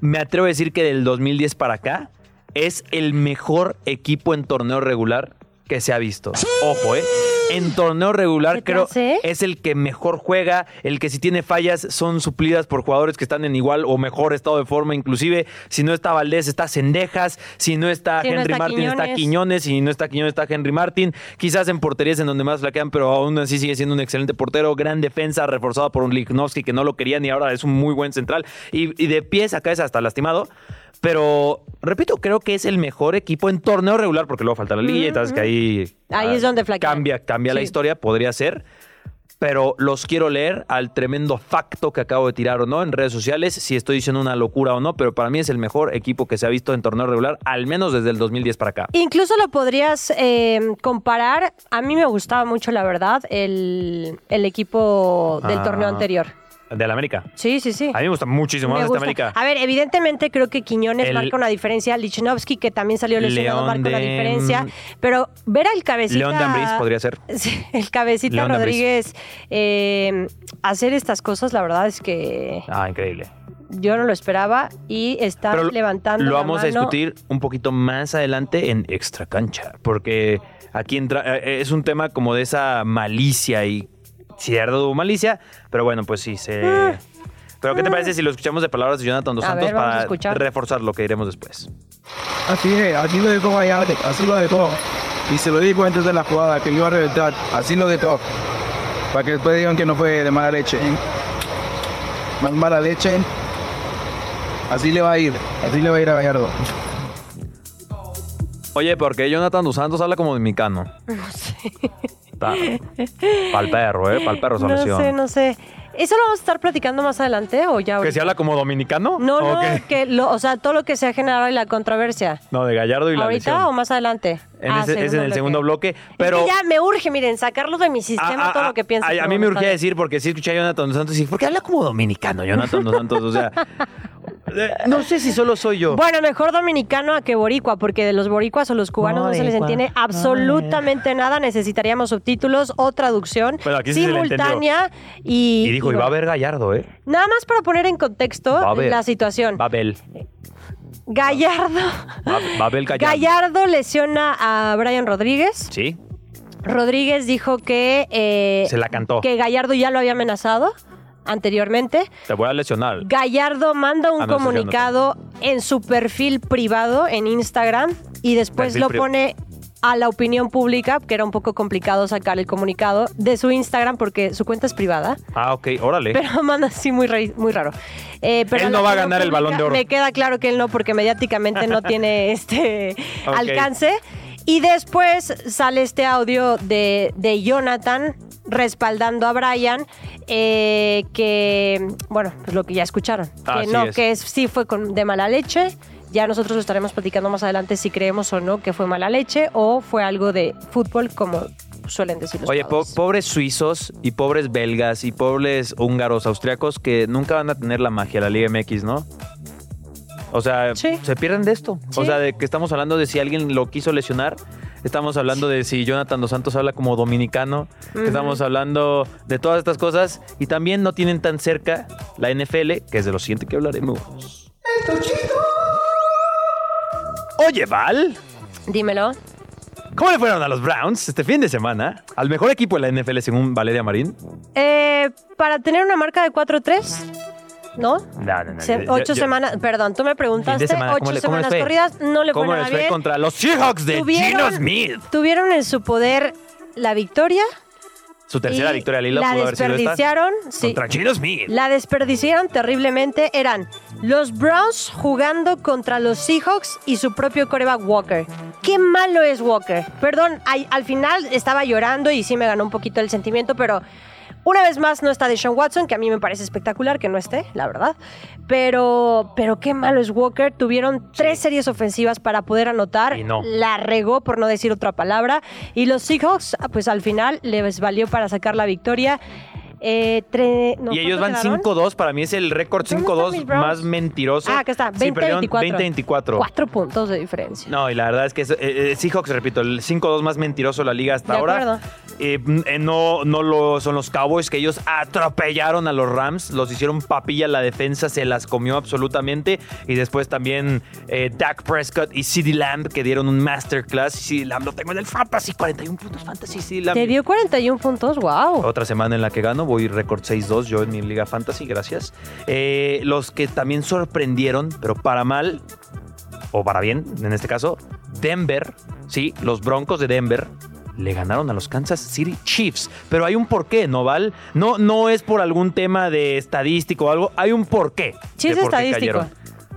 Speaker 3: Me atrevo a decir que del 2010 para acá es el mejor equipo en torneo regular que se ha visto. Ojo, ¿eh? En torneo regular
Speaker 2: ¿Qué te
Speaker 3: creo
Speaker 2: hace?
Speaker 3: es el que mejor juega, el que si tiene fallas son suplidas por jugadores que están en igual o mejor estado de forma, inclusive si no está Valdés está Cendejas, si no está
Speaker 2: Si no
Speaker 3: Henry
Speaker 2: está
Speaker 3: Martin está
Speaker 2: Quiñones.
Speaker 3: Quiñones, y no está Quiñones está Henry Martin, quizás en porterías en donde más flaquean, pero aún así sigue siendo un excelente portero, gran defensa reforzado por un Lichnowsky que no lo querían y ahora es un muy buen central y, y de pies a cabeza hasta lastimado. Pero, repito, creo que es el mejor equipo en torneo regular, porque luego falta la liga, y sabes que ahí...
Speaker 2: Ahí
Speaker 3: ah,
Speaker 2: es donde flaquean.
Speaker 3: Cambia, cambia la
Speaker 2: Sí.
Speaker 3: historia, podría ser. Pero los quiero leer al tremendo facto que acabo de tirar o no en redes sociales, si estoy diciendo una locura o no, pero para mí es el mejor equipo que se ha visto en torneo regular, al menos desde el 2010 para acá.
Speaker 2: Incluso lo podrías eh, comparar. A mí me gustaba mucho, la verdad, el, el equipo del
Speaker 3: Ah.
Speaker 2: torneo anterior.
Speaker 3: Del América.
Speaker 2: Sí, sí, sí.
Speaker 3: A mí me gusta muchísimo
Speaker 2: Me
Speaker 3: más esta
Speaker 2: gusta.
Speaker 3: América.
Speaker 2: A ver, evidentemente creo que Quiñones
Speaker 3: El-
Speaker 2: marca una diferencia, Lichnowsky que también salió lesionado
Speaker 3: León
Speaker 2: marca una
Speaker 3: de-
Speaker 2: diferencia, pero ver al cabecita
Speaker 3: León de Ambriz podría ser.
Speaker 2: Sí, el cabecita
Speaker 3: León de Ambriz.
Speaker 2: Rodríguez eh, hacer estas cosas, la verdad es que
Speaker 3: Ah, increíble.
Speaker 2: yo no lo esperaba y está
Speaker 3: Pero
Speaker 2: levantando
Speaker 3: Lo
Speaker 2: la
Speaker 3: vamos a
Speaker 2: mano.
Speaker 3: discutir un poquito más adelante en eh, Extra Cancha, porque aquí entra, eh, es un tema como de esa malicia y cierto hubo malicia, pero bueno, pues sí, se... Pero ¿qué te parece si lo escuchamos de palabras de Jonathan Dos
Speaker 2: Ah. A
Speaker 3: Santos
Speaker 2: ver, vamos a
Speaker 3: para
Speaker 2: escuchar.
Speaker 3: reforzar lo que diremos después?
Speaker 5: Así es, así lo dijo Ayate, así lo de todo. Y se lo digo antes de la jugada que iba a reventar, así lo de todo. Para que después digan que no fue de mala leche. ¿eh? Más mala leche. Así le va a ir, así le va a ir a Gallardo.
Speaker 3: Oye, ¿por qué Jonathan Dos Santos habla como dominicano?
Speaker 2: No sé.
Speaker 3: Pal perro, ¿eh? Pal perro esa
Speaker 2: No
Speaker 3: versión.
Speaker 2: sé, no sé. ¿Eso lo vamos a estar platicando más adelante o ya
Speaker 3: ¿Que
Speaker 2: ahorita?
Speaker 3: si habla como dominicano?
Speaker 2: No,
Speaker 3: ¿O
Speaker 2: no,
Speaker 3: qué?
Speaker 2: que lo- o sea, todo lo que se ha generado y la controversia.
Speaker 3: No, de Gallardo y la
Speaker 2: ¿Ahorita
Speaker 3: lesión.
Speaker 2: o más adelante?
Speaker 3: En
Speaker 2: Ah,
Speaker 3: ese- es en el segundo bloque,
Speaker 2: Es que
Speaker 3: pero-
Speaker 2: ya me urge, miren, sacarlo de mi
Speaker 3: Ah,
Speaker 2: sistema
Speaker 3: ah,
Speaker 2: todo
Speaker 3: ah,
Speaker 2: lo que piensa.
Speaker 3: a- A, mí me urgía decir, porque sí escuché a Jonathan Dos Santos y dije, ¿por qué habla como dominicano Jonathan Dos Santos? O sea, eh, no sé si solo soy yo.
Speaker 2: Bueno, mejor dominicano a que boricua, porque de los boricuas o los cubanos no, se les
Speaker 3: Boricua.
Speaker 2: entiende absolutamente nada. Necesitaríamos subtítulos o traducción
Speaker 3: Bueno, aquí sí se le entendió.
Speaker 2: simultánea. y,
Speaker 3: y dijo, y
Speaker 2: bueno,
Speaker 3: va a haber Gallardo, ¿eh?
Speaker 2: Nada más para poner en contexto
Speaker 3: Va a haber.
Speaker 2: la situación.
Speaker 3: Babel.
Speaker 2: Gallardo.
Speaker 3: Ba- Babel Gallardo.
Speaker 2: Gallardo lesiona a Brian Rodríguez.
Speaker 3: Sí,
Speaker 2: Rodríguez dijo que, eh,
Speaker 3: se la cantó.
Speaker 2: que Gallardo ya lo había amenazado anteriormente.
Speaker 3: Te voy a lesionar.
Speaker 2: Gallardo manda un
Speaker 3: Ah, no, eso ya no
Speaker 2: comunicado en su perfil privado en Instagram y después
Speaker 3: Perfil
Speaker 2: lo
Speaker 3: pri-
Speaker 2: pone a la opinión pública, que era un poco complicado sacar el comunicado de su Instagram porque su cuenta es privada.
Speaker 3: Ah, ok, órale.
Speaker 2: Pero manda así muy, ra- muy raro. Eh, pero
Speaker 3: Él
Speaker 2: la
Speaker 3: no va a
Speaker 2: opinión
Speaker 3: ganar el Balón de Oro.
Speaker 2: Me queda claro que él no, porque mediáticamente no tiene este
Speaker 3: Ok.
Speaker 2: alcance. Y después sale este audio de, de Jonathan respaldando a Brian, eh, que, bueno, pues lo que ya escucharon.
Speaker 3: Así
Speaker 2: que no,
Speaker 3: es.
Speaker 2: que es- sí fue con- de mala leche. Ya nosotros lo estaremos platicando más adelante si creemos o no que fue mala leche o fue algo de fútbol, como suelen decir los
Speaker 3: Oye, po-
Speaker 2: padres.
Speaker 3: pobres suizos y pobres belgas y pobres húngaros, austriacos que nunca van a tener la magia de la Liga MX, ¿no? O sea,
Speaker 2: Sí.
Speaker 3: se pierden de esto. O
Speaker 2: Sí.
Speaker 3: sea, de que estamos hablando de si alguien lo quiso lesionar. Estamos hablando de si Jonathan Dos Santos habla como dominicano. Estamos hablando de todas estas cosas. Y también no tienen tan cerca la NFL, que es de lo siguiente que hablaremos. Oye, Val.
Speaker 2: Dímelo.
Speaker 3: ¿Cómo le fueron a los Browns este fin de semana? Al mejor equipo de la NFL según Valeria Marín.
Speaker 2: Eh, para tener una marca de 4-3, ¿no?
Speaker 3: No, no, no.
Speaker 2: Se-
Speaker 3: yo-
Speaker 2: ocho
Speaker 3: yo-
Speaker 2: semanas, perdón, tú me
Speaker 3: fin
Speaker 2: preguntaste,
Speaker 3: de semana,
Speaker 2: ocho
Speaker 3: ¿cómo le- cómo les
Speaker 2: semanas
Speaker 3: fue?
Speaker 2: corridas, no le fue
Speaker 3: ¿Cómo
Speaker 2: nada
Speaker 3: les fue
Speaker 2: bien.
Speaker 3: contra los Seahawks de Gino Smith?
Speaker 2: tuvieron en su poder la victoria.
Speaker 3: Su tercera
Speaker 2: y
Speaker 3: victoria al hilo
Speaker 2: La
Speaker 3: pudo haber sido esta.
Speaker 2: desperdiciaron, sí.
Speaker 3: Contra Gino Smith.
Speaker 2: La desperdiciaron terriblemente. Eran los Browns jugando contra los Seahawks y su propio coreback Walker. Qué malo es Walker. Perdón, ay- al final estaba llorando y sí me ganó un poquito el sentimiento, pero una vez más no está Deshaun Watson, que a mí me parece espectacular que no esté, la verdad. Pero, pero qué malo es Walker. Tuvieron tres series ofensivas para poder anotar.
Speaker 3: Y no.
Speaker 2: La regó, por no decir otra palabra. Y los Seahawks, ah, pues al final les valió para sacar la victoria. Eh, tre- no,
Speaker 3: y ellos van
Speaker 2: ¿cuánto quedaron?
Speaker 3: 5-2. Para mí es el récord
Speaker 2: ¿Dónde están
Speaker 3: 5-2
Speaker 2: mis Browns?
Speaker 3: más mentiroso.
Speaker 2: Ah, acá está,
Speaker 3: Sí, perdieron
Speaker 2: 20-24.
Speaker 3: 20-24.
Speaker 2: Cuatro puntos de diferencia.
Speaker 3: No, y la verdad es que eso- eh, eh, Seahawks, repito, el 5-2 más mentiroso de la liga hasta
Speaker 2: De
Speaker 3: ahora.
Speaker 2: acuerdo.
Speaker 3: Eh, mm, eh, no no lo, son los Cowboys, que ellos atropellaron a los Rams, los hicieron papilla la defensa, se las comió absolutamente. Y después también eh, Dak Prescott y CeeDee Lamb, que dieron un masterclass. CeeDee Lamb lo tengo en el Fantasy, 41 puntos Fantasy, CeeDee Lamb.
Speaker 2: Te dio 41 puntos, wow.
Speaker 3: Otra semana en la que gano, voy récord 6-2 yo en mi Liga Fantasy, gracias. Eh, los que también sorprendieron, pero para mal, o para bien en este caso, Denver, sí, los Broncos de Denver. Le ganaron a los Kansas City Chiefs. Pero hay un porqué, ¿no, Val? No, no es por algún tema de estadístico o algo. Hay un porqué.
Speaker 2: Sí, es
Speaker 3: de por qué
Speaker 2: estadístico.
Speaker 3: cayeron.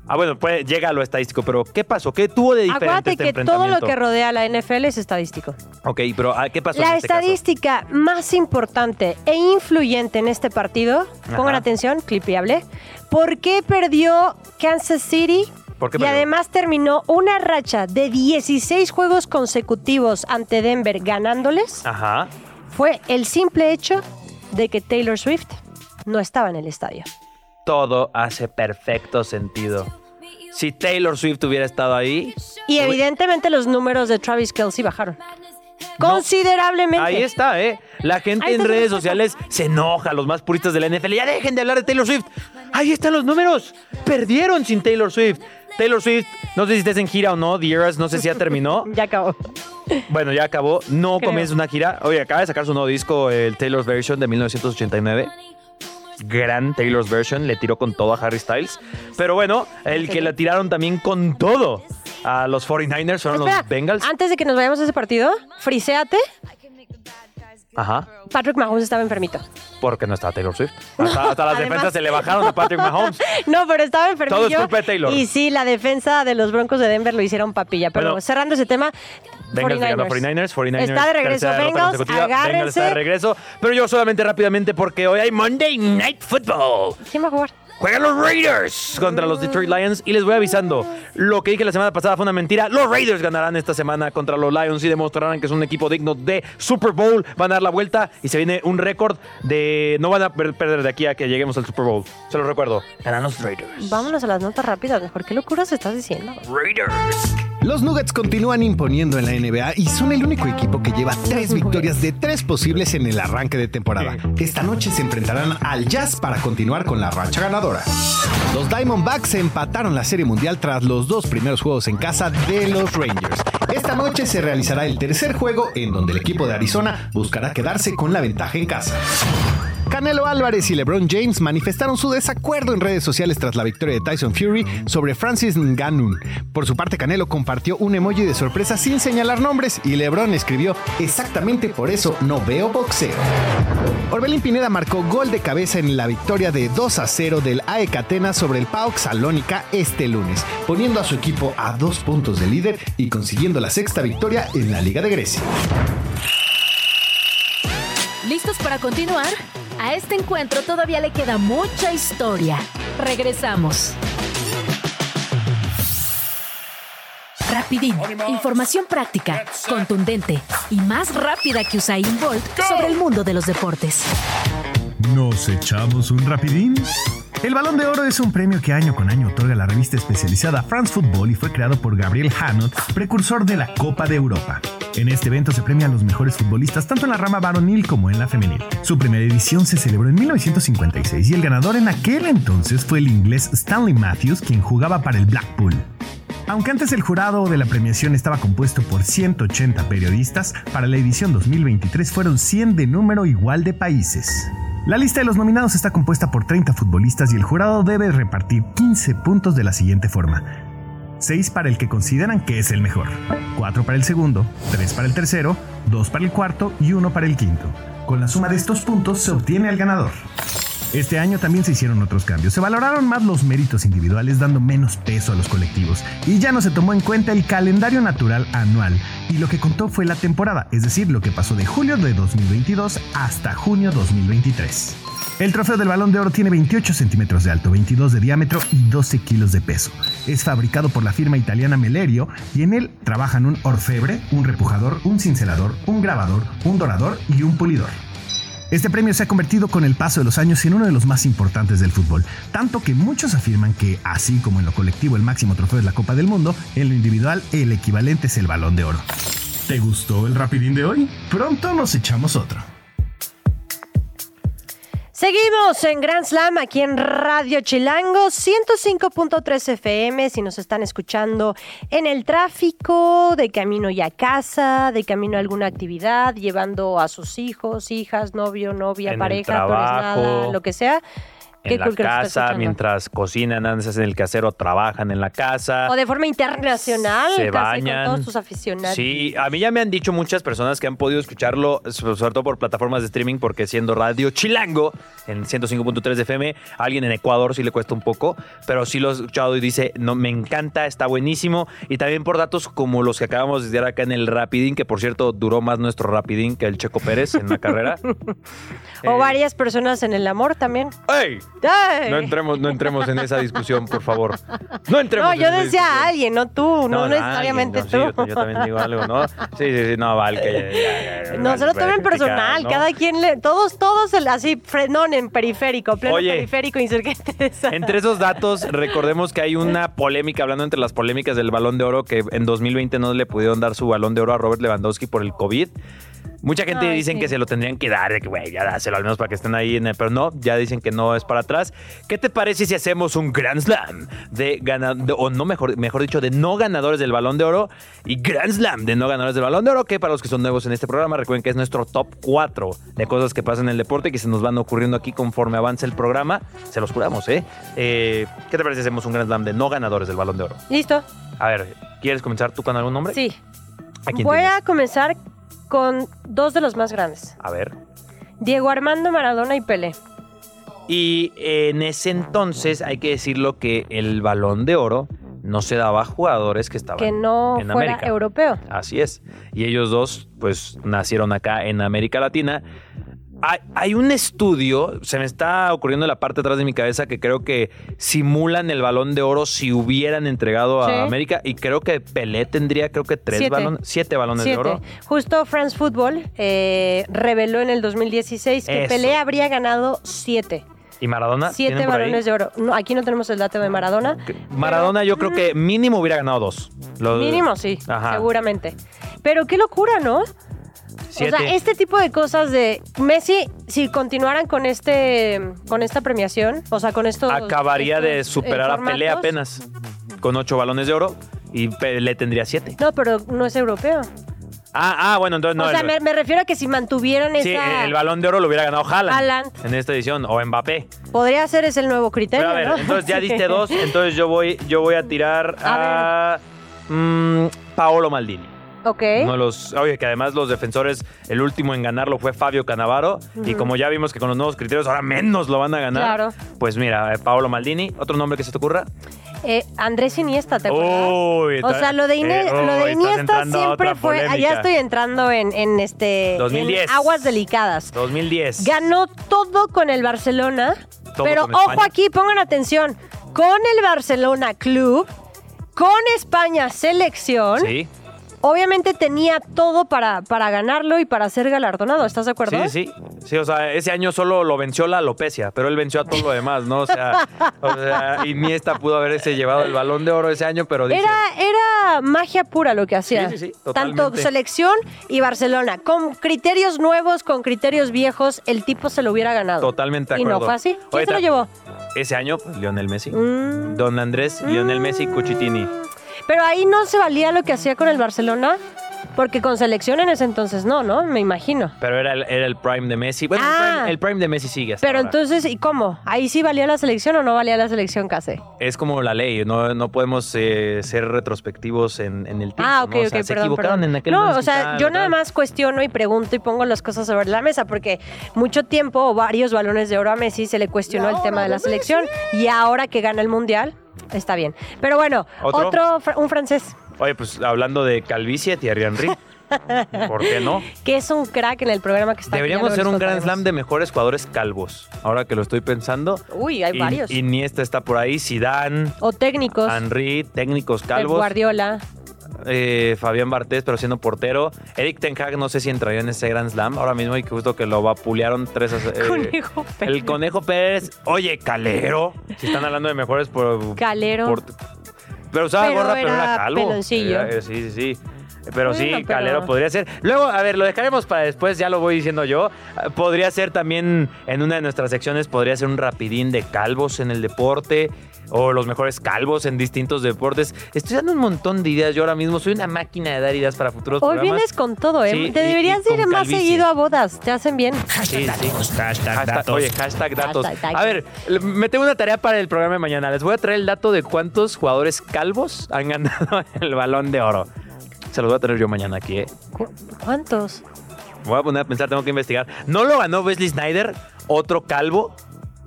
Speaker 3: Ah, bueno, pues llega a lo estadístico. Pero ¿qué pasó? ¿Qué tuvo de diferente
Speaker 2: Acuérdate
Speaker 3: este
Speaker 2: que todo lo
Speaker 3: enfrentamiento?
Speaker 2: que rodea a la NFL es estadístico.
Speaker 3: Ok, pero ah, ¿qué pasó
Speaker 2: La
Speaker 3: en este caso?
Speaker 2: estadística más importante e influyente en este partido, pongan
Speaker 3: Ajá.
Speaker 2: atención, clipeable, ¿por qué perdió Kansas City?
Speaker 3: ¿Por qué
Speaker 2: y
Speaker 3: perdió?
Speaker 2: además terminó una racha de 16 juegos consecutivos ante Denver ganándoles.
Speaker 3: Ajá.
Speaker 2: Fue el simple hecho de que Taylor Swift no estaba en el estadio.
Speaker 3: todo hace perfecto sentido. Si Taylor Swift hubiera estado ahí,
Speaker 2: Y evidentemente los números de Travis Kelsey bajaron. Considerablemente.
Speaker 3: ahí está, ¿eh? La gente
Speaker 2: Ahí
Speaker 3: en
Speaker 2: está su
Speaker 3: redes
Speaker 2: respuesta.
Speaker 3: sociales se enoja, los más puristas de la NFL. Ya dejen de hablar de Taylor Swift. Ahí están los números. Perdieron sin Taylor Swift. Taylor Swift, no sé si estés en gira o no, The Eras, no sé si ya terminó.
Speaker 2: Ya acabó.
Speaker 3: Bueno, ya acabó. No
Speaker 2: Creo.
Speaker 3: comienza una gira. Oye, acaba de sacar su nuevo disco, el Taylor's Version de 1989. Gran Taylor's Version. Le tiró con todo a Harry Styles. Pero bueno, el que le tiraron también con todo a los 49ers fueron
Speaker 2: Espera,
Speaker 3: los Bengals.
Speaker 2: Antes de que nos vayamos a ese partido, friseate.
Speaker 3: Ajá.
Speaker 2: Patrick Mahomes estaba enfermito.
Speaker 3: Porque no estaba Taylor Swift. Hasta, hasta las
Speaker 2: además-
Speaker 3: defensas se le bajaron a Patrick Mahomes.
Speaker 2: No, pero estaba enfermillo.
Speaker 3: Todo es culpa de Taylor.
Speaker 2: Y sí, la defensa de los Broncos de Denver lo hicieron papilla. Pero
Speaker 3: Bueno.
Speaker 2: cerrando ese tema,
Speaker 3: Bengals le ganó a
Speaker 2: 49ers.
Speaker 3: 49ers, 49ers.
Speaker 2: Está de regreso
Speaker 3: tercera derrota
Speaker 2: Bengals,
Speaker 3: consecutiva. Bengals está de
Speaker 2: agárrense.
Speaker 3: regreso. Pero yo solamente rápidamente porque hoy hay Monday Night Football.
Speaker 2: ¿Quién va a jugar?
Speaker 3: Juegan los Raiders contra los Detroit Lions y les voy avisando, lo que dije la semana pasada fue una mentira, los Raiders ganarán esta semana contra los Lions y demostrarán que es un equipo digno de Super Bowl, van a dar la vuelta y se viene un récord de no van a per- perder de aquí a que lleguemos al Super Bowl. Se los recuerdo, ganan los Raiders.
Speaker 2: Vámonos a las notas rápidas. Mejor, ¿qué locuras estás diciendo?
Speaker 3: Raiders.
Speaker 1: Los Nuggets continúan imponiendo en la NBA y son el único equipo que lleva tres victorias de tres posibles en el arranque de temporada. Esta noche se enfrentarán al Jazz para continuar con la racha ganadora. Los Diamondbacks empataron la Serie Mundial tras los dos primeros juegos en casa de los Rangers. Esta noche se realizará el tercer juego en donde el equipo de Arizona buscará quedarse con la ventaja en casa. Canelo Álvarez y LeBron James manifestaron su desacuerdo en redes sociales tras la victoria de Tyson Fury sobre Francis Ngannou. Por su parte, Canelo compartió un emoji de sorpresa sin señalar nombres y LeBron escribió exactamente por eso no veo boxeo. Orbelín Pineda marcó gol de cabeza en la victoria de 2 a 0 del AEK Atenas sobre el PAOK Salónica este lunes, poniendo a su equipo a dos puntos de líder y consiguiendo la sexta victoria en la Liga de Grecia.
Speaker 4: ¿Listos para continuar? A este encuentro todavía le queda mucha historia. Regresamos. Rapidín, información práctica, contundente y más rápida que Usain Bolt sobre el mundo de los deportes.
Speaker 6: ¿Nos echamos un rapidín? El Balón de Oro es un premio que año con año otorga la revista especializada France Football y fue creado por Gabriel Hanot, precursor de la Copa de Europa. En este evento se premian los mejores futbolistas tanto en la rama varonil como en la femenil. Su primera edición se celebró en 1956 y el ganador en aquel entonces fue el inglés Stanley Matthews, quien jugaba para el Blackpool. Aunque antes el jurado de la premiación estaba compuesto por 180 periodistas, para la edición 2023 fueron 100 de número igual de países. La lista de los nominados está compuesta por 30 futbolistas y el jurado debe repartir 15 puntos de la siguiente forma. 6 para el que consideran que es el mejor, 4 para el segundo, 3 para el tercero, 2 para el cuarto y 1 para el quinto. Con la suma de estos puntos se obtiene al ganador. Este año también se hicieron otros cambios. Se valoraron más los méritos individuales dando menos peso a los colectivos y ya no se tomó en cuenta el calendario natural anual y lo que contó fue la temporada, es decir, lo que pasó de julio de 2022 hasta junio 2023. El trofeo del balón de oro tiene 28 centímetros de alto, 22 de diámetro y 12 kilos de peso. Es fabricado por la firma italiana Melerio y en él trabajan un orfebre, un repujador, un cincelador, un grabador, un dorador y un pulidor. Este premio se ha convertido con el paso de los años en uno de los más importantes del fútbol, tanto que muchos afirman que, así como en lo colectivo el máximo trofeo es la Copa del Mundo, en lo individual el equivalente es el Balón de Oro. ¿Te gustó el rapidín de hoy? Pronto nos echamos otro.
Speaker 2: Seguimos en Grand Slam aquí en Radio Chilango 105.3 FM. Si nos están escuchando en el tráfico, de camino ya a casa, de camino a alguna actividad, llevando a sus hijos, hijas, novio, novia,
Speaker 3: En el
Speaker 2: pareja,
Speaker 3: trabajo,
Speaker 2: tú eres nada, lo que sea.
Speaker 3: En la
Speaker 2: cool que nos estás
Speaker 3: casa,
Speaker 2: escuchando.
Speaker 3: mientras cocinan, andan en el casero, trabajan en la casa.
Speaker 2: O de forma internacional,
Speaker 3: se
Speaker 2: casi
Speaker 3: bañan.
Speaker 2: con todos sus aficionados.
Speaker 3: Sí, a mí ya me han dicho muchas personas que han podido escucharlo, so- sobre todo por plataformas de streaming, porque siendo Radio Chilango en 105.3 de FM, a alguien en Ecuador sí le cuesta un poco, pero sí lo he escuchado y dice, no, me encanta, está buenísimo. Y también por datos como los que acabamos de dar acá en el Rapidín, que por cierto duró más nuestro Rapidín que el Checo Pérez en la carrera.
Speaker 2: O
Speaker 3: Eh,
Speaker 2: varias personas en el amor también.
Speaker 3: ¡Ey!
Speaker 2: ¡Ay!
Speaker 3: No entremos, no entremos en esa discusión, por favor. No entremos.
Speaker 2: No, yo
Speaker 3: en esa
Speaker 2: decía
Speaker 3: discusión.
Speaker 2: a alguien, no tú, no,
Speaker 3: no,
Speaker 2: necesariamente
Speaker 3: alguien, no, sí,
Speaker 2: tú.
Speaker 3: yo, yo también digo algo, ¿no? Sí, sí, sí, no, Val, que ya- ya- ya-
Speaker 2: No se lo
Speaker 3: Val,
Speaker 2: tomen
Speaker 3: criticar,
Speaker 2: personal,
Speaker 3: ¿no?
Speaker 2: cada quien le. Todos, todos el- así, frenón en periférico, pleno
Speaker 3: Oye.
Speaker 2: periférico, insurgentes.
Speaker 3: Entre esos datos, recordemos que hay una polémica, hablando entre las polémicas del balón de oro, que en 2020 no le pudieron dar su balón de oro a Robert Lewandowski por el COVID. Mucha gente
Speaker 7: Ay,
Speaker 3: dicen
Speaker 7: sí.
Speaker 3: que se lo tendrían que dar, de que, güey, ya dáselo al menos para que estén ahí, en el- pero no, ya dicen que no es para atrás. ¿Qué te parece si hacemos un Grand Slam de ganadores, o no, mejor, mejor dicho, de no ganadores del Balón de Oro y Grand Slam de no ganadores del Balón de Oro, que para los que son nuevos en este programa, recuerden que es nuestro top 4 de cosas que pasan en el deporte que se nos van ocurriendo aquí conforme avanza el programa. Se los juramos, ¿eh? Eh, ¿Qué te parece si hacemos un Grand Slam de no ganadores del Balón de Oro?
Speaker 2: Listo.
Speaker 3: A ver, ¿quieres comenzar tú con algún nombre?
Speaker 2: Sí.
Speaker 3: ¿A quién
Speaker 2: Voy
Speaker 3: tienes?
Speaker 2: a comenzar con dos de los más grandes.
Speaker 3: A ver.
Speaker 2: Diego Armando Maradona y Pelé.
Speaker 3: Y eh, en ese entonces hay que decirlo que el balón de oro no se daba a jugadores que estaban
Speaker 2: Que no
Speaker 3: en
Speaker 2: fuera
Speaker 3: América.
Speaker 2: europeo.
Speaker 3: Así es. Y ellos dos, pues, nacieron acá en América Latina. Hay, hay un estudio, se me está ocurriendo en la parte de atrás de mi cabeza, que creo que simulan el balón de oro si hubieran entregado a
Speaker 2: Sí.
Speaker 3: América. Y creo que Pelé tendría, creo que tres
Speaker 2: Siete.
Speaker 3: balones, siete balones
Speaker 2: Siete.
Speaker 3: de oro.
Speaker 2: Justo France Football eh, reveló en el 2016 que
Speaker 3: Eso.
Speaker 2: Pelé habría ganado siete.
Speaker 3: ¿Y Maradona?
Speaker 2: Siete
Speaker 3: ¿Tienen por ahí? Ah,
Speaker 2: balones de oro. No, aquí no tenemos el dato de Maradona.
Speaker 3: Maradona yo creo que mínimo hubiera ganado dos. Los-
Speaker 2: Mínimo, sí,
Speaker 3: Ajá.
Speaker 2: seguramente. Pero qué locura, ¿no? O sea,
Speaker 3: Siete.
Speaker 2: este tipo de cosas de Messi, si continuaran con este, con esta premiación, o sea, con esto
Speaker 3: acabaría de
Speaker 2: eh,
Speaker 3: superar a Pelé apenas con ocho balones de oro y Pelé tendría siete.
Speaker 2: No, pero no es europeo.
Speaker 3: Ah, ah, bueno, entonces no.
Speaker 2: o sea,
Speaker 3: el,
Speaker 2: me, me refiero a que si mantuvieran
Speaker 3: sí,
Speaker 2: esa,
Speaker 3: el balón de oro lo hubiera ganado Haaland,
Speaker 2: Haaland.
Speaker 3: en esta edición o Mbappé.
Speaker 2: podría ser ese el nuevo criterio.
Speaker 3: Pero a ver,
Speaker 2: ¿no?
Speaker 3: entonces ya
Speaker 2: Sí.
Speaker 3: diste dos, entonces yo voy, yo voy a tirar a,
Speaker 2: A
Speaker 3: mm, Paolo Maldini.
Speaker 2: Ok.
Speaker 3: Uno de los, oye, que además los defensores, el último en ganarlo fue Fabio Canavaro. Y como ya vimos que con los nuevos criterios ahora menos lo van a ganar.
Speaker 2: Claro.
Speaker 3: Pues mira, eh, Paolo Maldini, otro nombre que se te ocurra.
Speaker 2: Eh, Andrés Iniesta, ¿te acuerdas? o
Speaker 3: Uy, está-
Speaker 2: sea, lo de, Ine-
Speaker 3: eh,
Speaker 2: lo de
Speaker 3: uy, estás
Speaker 2: Iniesta
Speaker 3: entrando a
Speaker 2: siempre
Speaker 3: otra
Speaker 2: fue.
Speaker 3: polémica.
Speaker 2: Allá estoy entrando en, en este. en
Speaker 3: 2010.
Speaker 2: aguas delicadas.
Speaker 3: 2010.
Speaker 2: Ganó todo con el Barcelona.
Speaker 3: Todo
Speaker 2: pero
Speaker 3: con
Speaker 2: ojo
Speaker 3: España.
Speaker 2: aquí, pongan atención. Con el Barcelona Club, con España Selección,
Speaker 3: Sí,
Speaker 2: obviamente tenía todo para, para ganarlo y para ser galardonado. ¿Estás de acuerdo?
Speaker 3: sí, sí. Sí, o sea, ese año solo lo venció la alopecia, pero él venció a todo lo demás, ¿no? O sea, o sea, Iniesta pudo haberse llevado el balón de oro ese año, pero dice,
Speaker 2: Era, era magia pura lo que hacía.
Speaker 3: Sí, sí, sí,
Speaker 2: Tanto
Speaker 3: totalmente.
Speaker 2: selección y Barcelona. Con criterios nuevos, con criterios viejos, el tipo se lo hubiera ganado.
Speaker 3: Totalmente de
Speaker 2: Y
Speaker 3: acuerdo.
Speaker 2: no fue así. ¿Quién
Speaker 3: Oye,
Speaker 2: se lo
Speaker 3: ta-
Speaker 2: llevó?
Speaker 3: ese año, pues, Lionel Messi.
Speaker 2: Mm.
Speaker 3: Don Andrés, Lionel Messi, Cuchitini.
Speaker 2: Pero ahí no se valía lo que hacía con el Barcelona, porque con selección en ese entonces no, ¿no? Me imagino.
Speaker 3: Pero era el, era el prime de Messi. Bueno, el
Speaker 2: Ah.
Speaker 3: prime- el, prime, de Messi sigue hasta
Speaker 2: Pero
Speaker 3: ahora.
Speaker 2: entonces, ¿y cómo? ¿Ahí sí valía la selección o no valía la selección casi?
Speaker 3: Es como la ley, no, no podemos eh, ser retrospectivos en, en el tiempo.
Speaker 2: Ah, ok,
Speaker 3: ¿no? O
Speaker 2: ok,
Speaker 3: sea, Se
Speaker 2: perdón,
Speaker 3: equivocaron
Speaker 2: perdón.
Speaker 3: en aquel
Speaker 2: No,
Speaker 3: entonces,
Speaker 2: o sea,
Speaker 3: tal,
Speaker 2: yo nada
Speaker 3: tal.
Speaker 2: más cuestiono y pregunto y pongo las cosas sobre la mesa, porque mucho tiempo o varios balones de oro a Messi se le cuestionó el tema de la selección y ahora que gana el mundial, está bien. Pero bueno,
Speaker 3: ¿Otro?
Speaker 2: otro, fra- un francés
Speaker 3: Oye, pues hablando de calvicie, Thierry Henry. ¿Por qué no?
Speaker 2: que es un crack en el programa que está. aquí,
Speaker 3: Deberíamos
Speaker 2: ya
Speaker 3: hacer
Speaker 2: luego
Speaker 3: un
Speaker 2: les
Speaker 3: Grand Slam
Speaker 2: contaremos.
Speaker 3: de mejores jugadores calvos. Ahora que lo estoy pensando.
Speaker 2: Uy, hay
Speaker 3: In-
Speaker 2: varios.
Speaker 3: Iniesta está por ahí, Zidane,
Speaker 2: o técnicos.
Speaker 3: Henry, técnicos
Speaker 2: Pep
Speaker 3: calvos,
Speaker 2: Guardiola.
Speaker 3: eh, Fabián Bartés, pero siendo portero. Eric Ten Hag, no sé si entraría en ese Grand Slam ahora mismo y que justo que lo vapulearon tres a eh,
Speaker 2: Conejo
Speaker 3: El
Speaker 2: Pérez.
Speaker 3: Conejo Pérez. Oye, Calero. Si están hablando de mejores por...
Speaker 2: Calero.
Speaker 3: por- pero usaba
Speaker 2: Pero
Speaker 3: gorra, pero era
Speaker 2: era
Speaker 3: calvo.
Speaker 2: peloncillo.
Speaker 3: Era- eh, sí, sí, sí. Pero sí,
Speaker 2: Bueno, pero-
Speaker 3: Calero podría ser. Luego, a ver, lo dejaremos para después, ya lo voy diciendo yo. Ah, Podría ser también, en una de nuestras secciones, podría ser un rapidín de calvos en el deporte o los mejores calvos en distintos deportes. Estoy dando un montón de ideas yo ahora mismo. Soy una máquina de dar ideas para futuros
Speaker 2: Hoy
Speaker 3: programas.
Speaker 2: vienes con todo, ¿eh?
Speaker 3: Sí,
Speaker 2: Te
Speaker 3: y- y
Speaker 2: deberías de
Speaker 3: con
Speaker 2: ir más
Speaker 3: calvicie.
Speaker 2: seguido a bodas. Te hacen bien.
Speaker 3: Sí, sí.
Speaker 6: Hashtag
Speaker 3: Hashtag- Oye, hashtag datos.
Speaker 2: Hashtag
Speaker 3: A ver, le- me tengo una tarea para el programa de mañana. Les voy a traer el dato de cuántos jugadores calvos han ganado el balón de oro. Se los voy a traer yo mañana aquí, ¿eh?
Speaker 2: ¿Cu- ¿Cuántos?
Speaker 3: Me voy a poner a pensar, tengo que investigar. No lo ganó Wesley Snyder, otro calvo,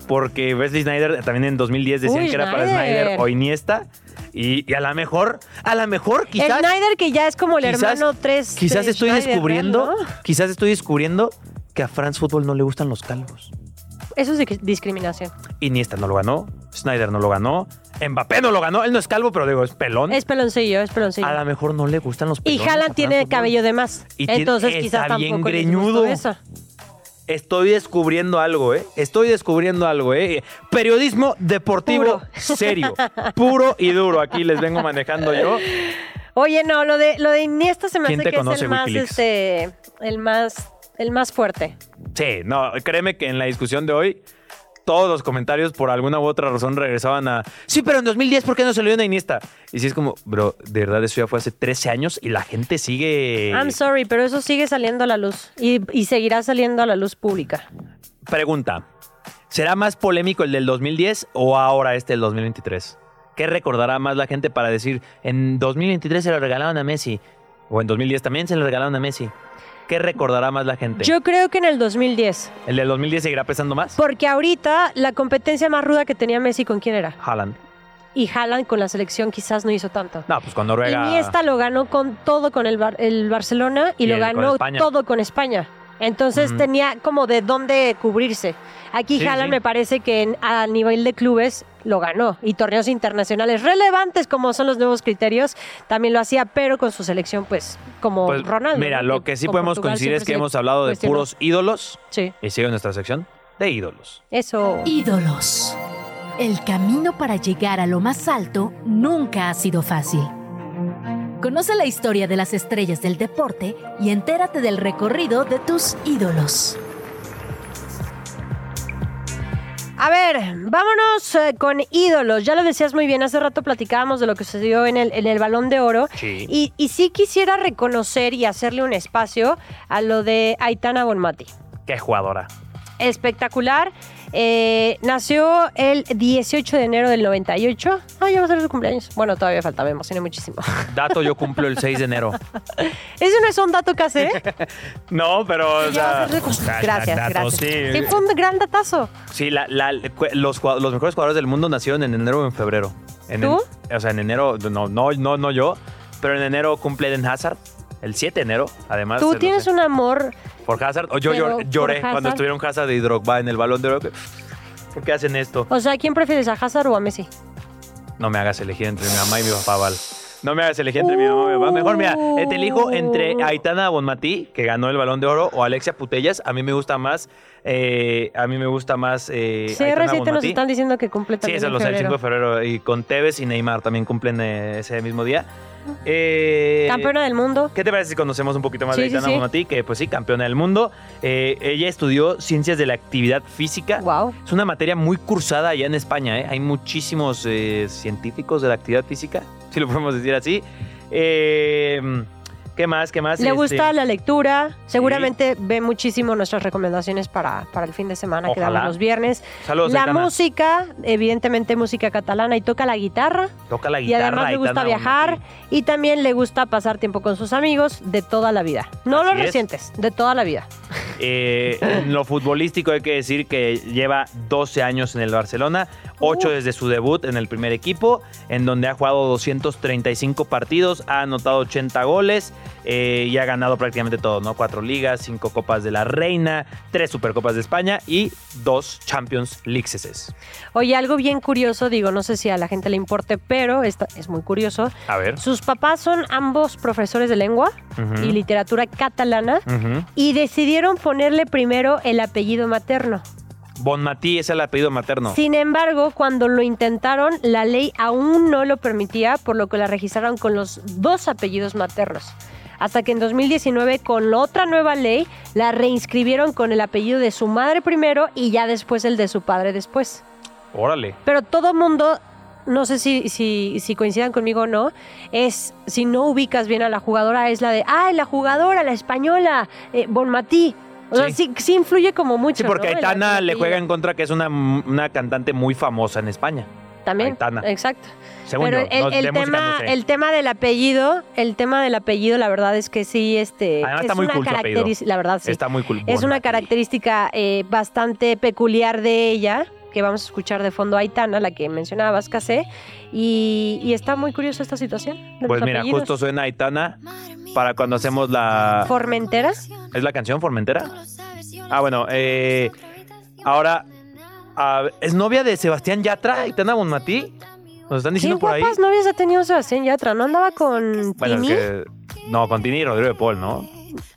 Speaker 3: porque Wesley Snyder también en 2010 decían
Speaker 2: Uy,
Speaker 3: que era para
Speaker 2: Snyder.
Speaker 3: Snyder o Iniesta. Y, y a lo mejor, a lo mejor
Speaker 2: el
Speaker 3: quizás...
Speaker 2: Snyder que ya es como el hermano 3.
Speaker 3: Quizás estoy descubriendo, quizás estoy descubriendo que a France Football no le gustan los calvos.
Speaker 2: Eso es di- discriminación.
Speaker 3: Iniesta no lo ganó, Snyder no lo ganó, Mbappé no lo ganó, él no es calvo, pero digo, es pelón.
Speaker 2: Es peloncillo, es peloncillo.
Speaker 3: A lo mejor no le gustan los
Speaker 2: Y
Speaker 3: pelones. a
Speaker 2: Haaland
Speaker 3: Fran
Speaker 2: tiene
Speaker 3: Fútbol.
Speaker 2: cabello de más.
Speaker 3: Y tiene-
Speaker 2: Entonces
Speaker 3: está
Speaker 2: quizás
Speaker 3: bien
Speaker 2: tampoco les gustó
Speaker 3: greñudo.
Speaker 2: eso.
Speaker 3: Estoy descubriendo algo, ¿eh? Estoy descubriendo algo, ¿eh? Periodismo deportivo
Speaker 2: Puro.
Speaker 3: serio, puro y duro. Aquí les vengo manejando yo.
Speaker 2: Oye, no, lo de, lo de Iniesta se me
Speaker 3: ¿Quién
Speaker 2: hace
Speaker 3: te
Speaker 2: que es
Speaker 3: conoce,
Speaker 2: el más,
Speaker 3: Wikileaks?
Speaker 2: este, el más, el más fuerte.
Speaker 3: Sí, no, créeme que en la discusión de hoy todos los comentarios por alguna u otra razón regresaban a sí, pero en 2010 ¿por qué no se lo dieron a Iniesta? Y sí es como, bro, de verdad eso ya fue hace 13 años y la gente sigue
Speaker 2: I'm sorry, pero eso sigue saliendo a la luz y, y seguirá saliendo a la luz pública.
Speaker 3: Pregunta. ¿Será más polémico el del 2010 o ahora este del 2023? ¿Qué recordará más la gente para decir en 2023 se lo regalaron a Messi o en 2010 también se lo regalaron a Messi? ¿Qué recordará más la gente?
Speaker 2: Yo creo que en el 2010,
Speaker 3: ¿El del 2010 seguirá pesando más?
Speaker 2: porque ahorita la competencia más ruda que tenía Messi con quién era.
Speaker 3: Haaland.
Speaker 2: Y Haaland con la selección quizás no hizo tanto.
Speaker 3: No, pues con Noruega.
Speaker 2: Iniesta lo ganó con todo con el, Bar- el Barcelona y,
Speaker 3: Y
Speaker 2: lo
Speaker 3: el- con
Speaker 2: ganó
Speaker 3: España.
Speaker 2: todo con España. Entonces
Speaker 3: Ujú.
Speaker 2: tenía como de dónde cubrirse. Aquí
Speaker 3: Sí,
Speaker 2: Haaland
Speaker 3: sí.
Speaker 2: me parece que en- a nivel de clubes lo ganó y torneos internacionales relevantes como son los nuevos criterios también lo hacía, pero con su selección pues como
Speaker 3: Pues,
Speaker 2: Ronaldo.
Speaker 3: Mira,
Speaker 2: ¿no?
Speaker 3: lo que sí
Speaker 2: con
Speaker 3: podemos
Speaker 2: Portugal
Speaker 3: coincidir es que
Speaker 2: siempre se
Speaker 3: hemos hablado de
Speaker 2: cuestionó.
Speaker 3: puros ídolos.
Speaker 2: Sí,
Speaker 3: Y sigue nuestra sección de ídolos.
Speaker 2: eso.
Speaker 4: Ídolos. El camino para llegar a lo más alto nunca ha sido fácil. Conoce la historia de las estrellas del deporte y entérate del recorrido de tus ídolos.
Speaker 2: A ver, vámonos eh, con ídolos. Ya lo decías muy bien, hace rato platicábamos de lo que sucedió en el, en el Balón de Oro.
Speaker 3: Sí.
Speaker 2: Y, y sí quisiera reconocer y hacerle un espacio a lo de Aitana Bonmati.
Speaker 3: Qué jugadora.
Speaker 2: Espectacular. Eh, nació el 18 de enero del 98. Ah, ya va a ser su cumpleaños. Bueno, todavía falta, me emocioné muchísimo.
Speaker 3: Dato, yo cumplo el 6 de enero.
Speaker 2: Ese no es un dato que hacer. ¿eh?
Speaker 3: No, pero. o
Speaker 2: Ya va
Speaker 3: sea,
Speaker 2: a ser su cum-
Speaker 3: da- da-
Speaker 2: gracias,
Speaker 3: datos,
Speaker 2: gracias. Sí, fue un gran datazo.
Speaker 3: Sí, la- la- cu- los, jugado- los mejores jugadores del mundo nacieron en enero o en febrero. En
Speaker 2: ¿Tú?
Speaker 3: en- o sea, en enero, no, no, no, no yo, pero en enero cumple Eden Hazard, el 7 de enero, además. eh,
Speaker 2: Tú tienes un amor.
Speaker 3: Por Hazard, o yo llor-
Speaker 2: Pero
Speaker 3: lloré
Speaker 2: por Hazard.
Speaker 3: cuando estuvieron Hazard y Drogba en el balón de oro. que, ¿Por qué hacen esto?
Speaker 2: O sea, ¿quién prefieres a Hazard o a Messi?
Speaker 3: No me hagas elegir entre mi mamá y mi papá, Val. No me hagas elegir entre mi mamá y mi papá. Mejor, mira, eh, te elijo
Speaker 2: Uh.
Speaker 3: entre Aitana Bonmatí, que ganó el Balón de Oro, o Alexia Putellas. A mí me gusta más. eh, a mí me gusta más. Eh, Aitana
Speaker 2: CR7 nos
Speaker 3: Bonmatí.
Speaker 2: están diciendo que cumple
Speaker 3: Sí,
Speaker 2: también
Speaker 3: eso
Speaker 2: en
Speaker 3: lo sé, el
Speaker 2: febrero.
Speaker 3: 5 de febrero. Y con Tevez y Neymar también cumplen eh, ese mismo día. Eh,
Speaker 2: Campeona del mundo.
Speaker 3: ¿Qué te parece si conocemos un poquito más
Speaker 2: Sí,
Speaker 3: de
Speaker 2: sí,
Speaker 3: Aitana
Speaker 2: sí.
Speaker 3: Bonmatí? Que, pues sí, campeona del mundo. Eh, ella estudió Ciencias de la Actividad Física.
Speaker 2: Wow.
Speaker 3: Es una materia muy cursada allá en España, ¿eh? Hay muchísimos eh, científicos de la actividad física, si lo podemos decir así. Eh, ¿Qué más? ¿Qué más?
Speaker 2: Le
Speaker 3: Este,
Speaker 2: gusta la lectura, seguramente ve muchísimo nuestras recomendaciones para, para el fin de semana que
Speaker 3: Ojalá.
Speaker 2: damos los viernes.
Speaker 3: Saludos,
Speaker 2: la
Speaker 3: Aitana.
Speaker 2: música, evidentemente música catalana y toca la guitarra
Speaker 3: Toca la
Speaker 2: y
Speaker 3: guitarra.
Speaker 2: además le gusta
Speaker 3: Aitana
Speaker 2: viajar
Speaker 3: Bonmatí.
Speaker 2: y también le gusta pasar tiempo con sus amigos de toda la vida. No
Speaker 3: Así
Speaker 2: los
Speaker 3: es.
Speaker 2: recientes, de toda la vida.
Speaker 3: Eh, en lo futbolístico hay que decir que lleva 12 años en el Barcelona, 8 desde su debut en el primer equipo, en donde ha jugado 235 partidos, ha anotado 80 goles eh, y ha ganado prácticamente todo, ¿no? 4 ligas, 5 copas de la Reina, 3 Supercopas de España y 2 Champions Leagues.
Speaker 2: Oye, algo bien curioso, digo, no sé si a la gente le importe, pero esta- es muy curioso.
Speaker 3: A ver.
Speaker 2: Sus papás son ambos profesores de lengua
Speaker 3: Ujú.
Speaker 2: y literatura catalana
Speaker 3: Ujú.
Speaker 2: y decidieron ponerle primero el apellido materno.
Speaker 3: Bon Matí es el apellido materno.
Speaker 2: Sin embargo, cuando lo intentaron, la ley aún no lo permitía, por lo que la registraron con los dos apellidos maternos. Hasta que en 2019, con otra nueva ley, la reinscribieron con el apellido de su madre primero y ya después el de su padre después.
Speaker 3: Órale.
Speaker 2: Pero todo mundo, no sé si, si, si coincidan conmigo o no, es, si no ubicas bien a la jugadora, es la de, ay, la jugadora, la española, eh, Bonmatí. O sea,
Speaker 3: Sí.
Speaker 2: sí, sí influye como mucho.
Speaker 3: Sí, porque
Speaker 2: ¿no? El-
Speaker 3: Aitana
Speaker 2: el
Speaker 3: le juega
Speaker 2: apellido.
Speaker 3: en contra que es una, una cantante muy famosa en España.
Speaker 2: También.
Speaker 3: Aitana.
Speaker 2: Exacto.
Speaker 3: Según
Speaker 2: Pero
Speaker 3: yo,
Speaker 2: el,
Speaker 3: no,
Speaker 2: el
Speaker 3: de música
Speaker 2: tema,
Speaker 3: no sé.
Speaker 2: el tema del apellido, el tema del apellido, la verdad es que sí, este,
Speaker 3: Además,
Speaker 2: es
Speaker 3: está muy
Speaker 2: una
Speaker 3: cool su apellido.
Speaker 2: caracteris- la verdad sí,
Speaker 3: Está muy cool.
Speaker 2: es
Speaker 3: Bon
Speaker 2: una
Speaker 3: Matí.
Speaker 2: característica eh, bastante peculiar de ella que vamos a escuchar de fondo a Aitana, la que mencionabas, Casé, y, y está muy curiosa esta situación. de
Speaker 3: Pues
Speaker 2: los
Speaker 3: mira,
Speaker 2: apellidos.
Speaker 3: justo suena Aitana para cuando hacemos la...
Speaker 2: Formentera.
Speaker 3: ¿Es la canción Formentera? Ah, bueno, eh, ahora... ah, ¿Es novia de Sebastián Yatra, Aitana Bonmatí? ¿Nos están
Speaker 2: Qué
Speaker 3: diciendo por ahí?
Speaker 2: guapas novias ha tenido Sebastián Yatra, ¿no andaba con
Speaker 3: Bueno,
Speaker 2: Tini?
Speaker 3: que- No, con Tini y Rodrigo de Paul, ¿no?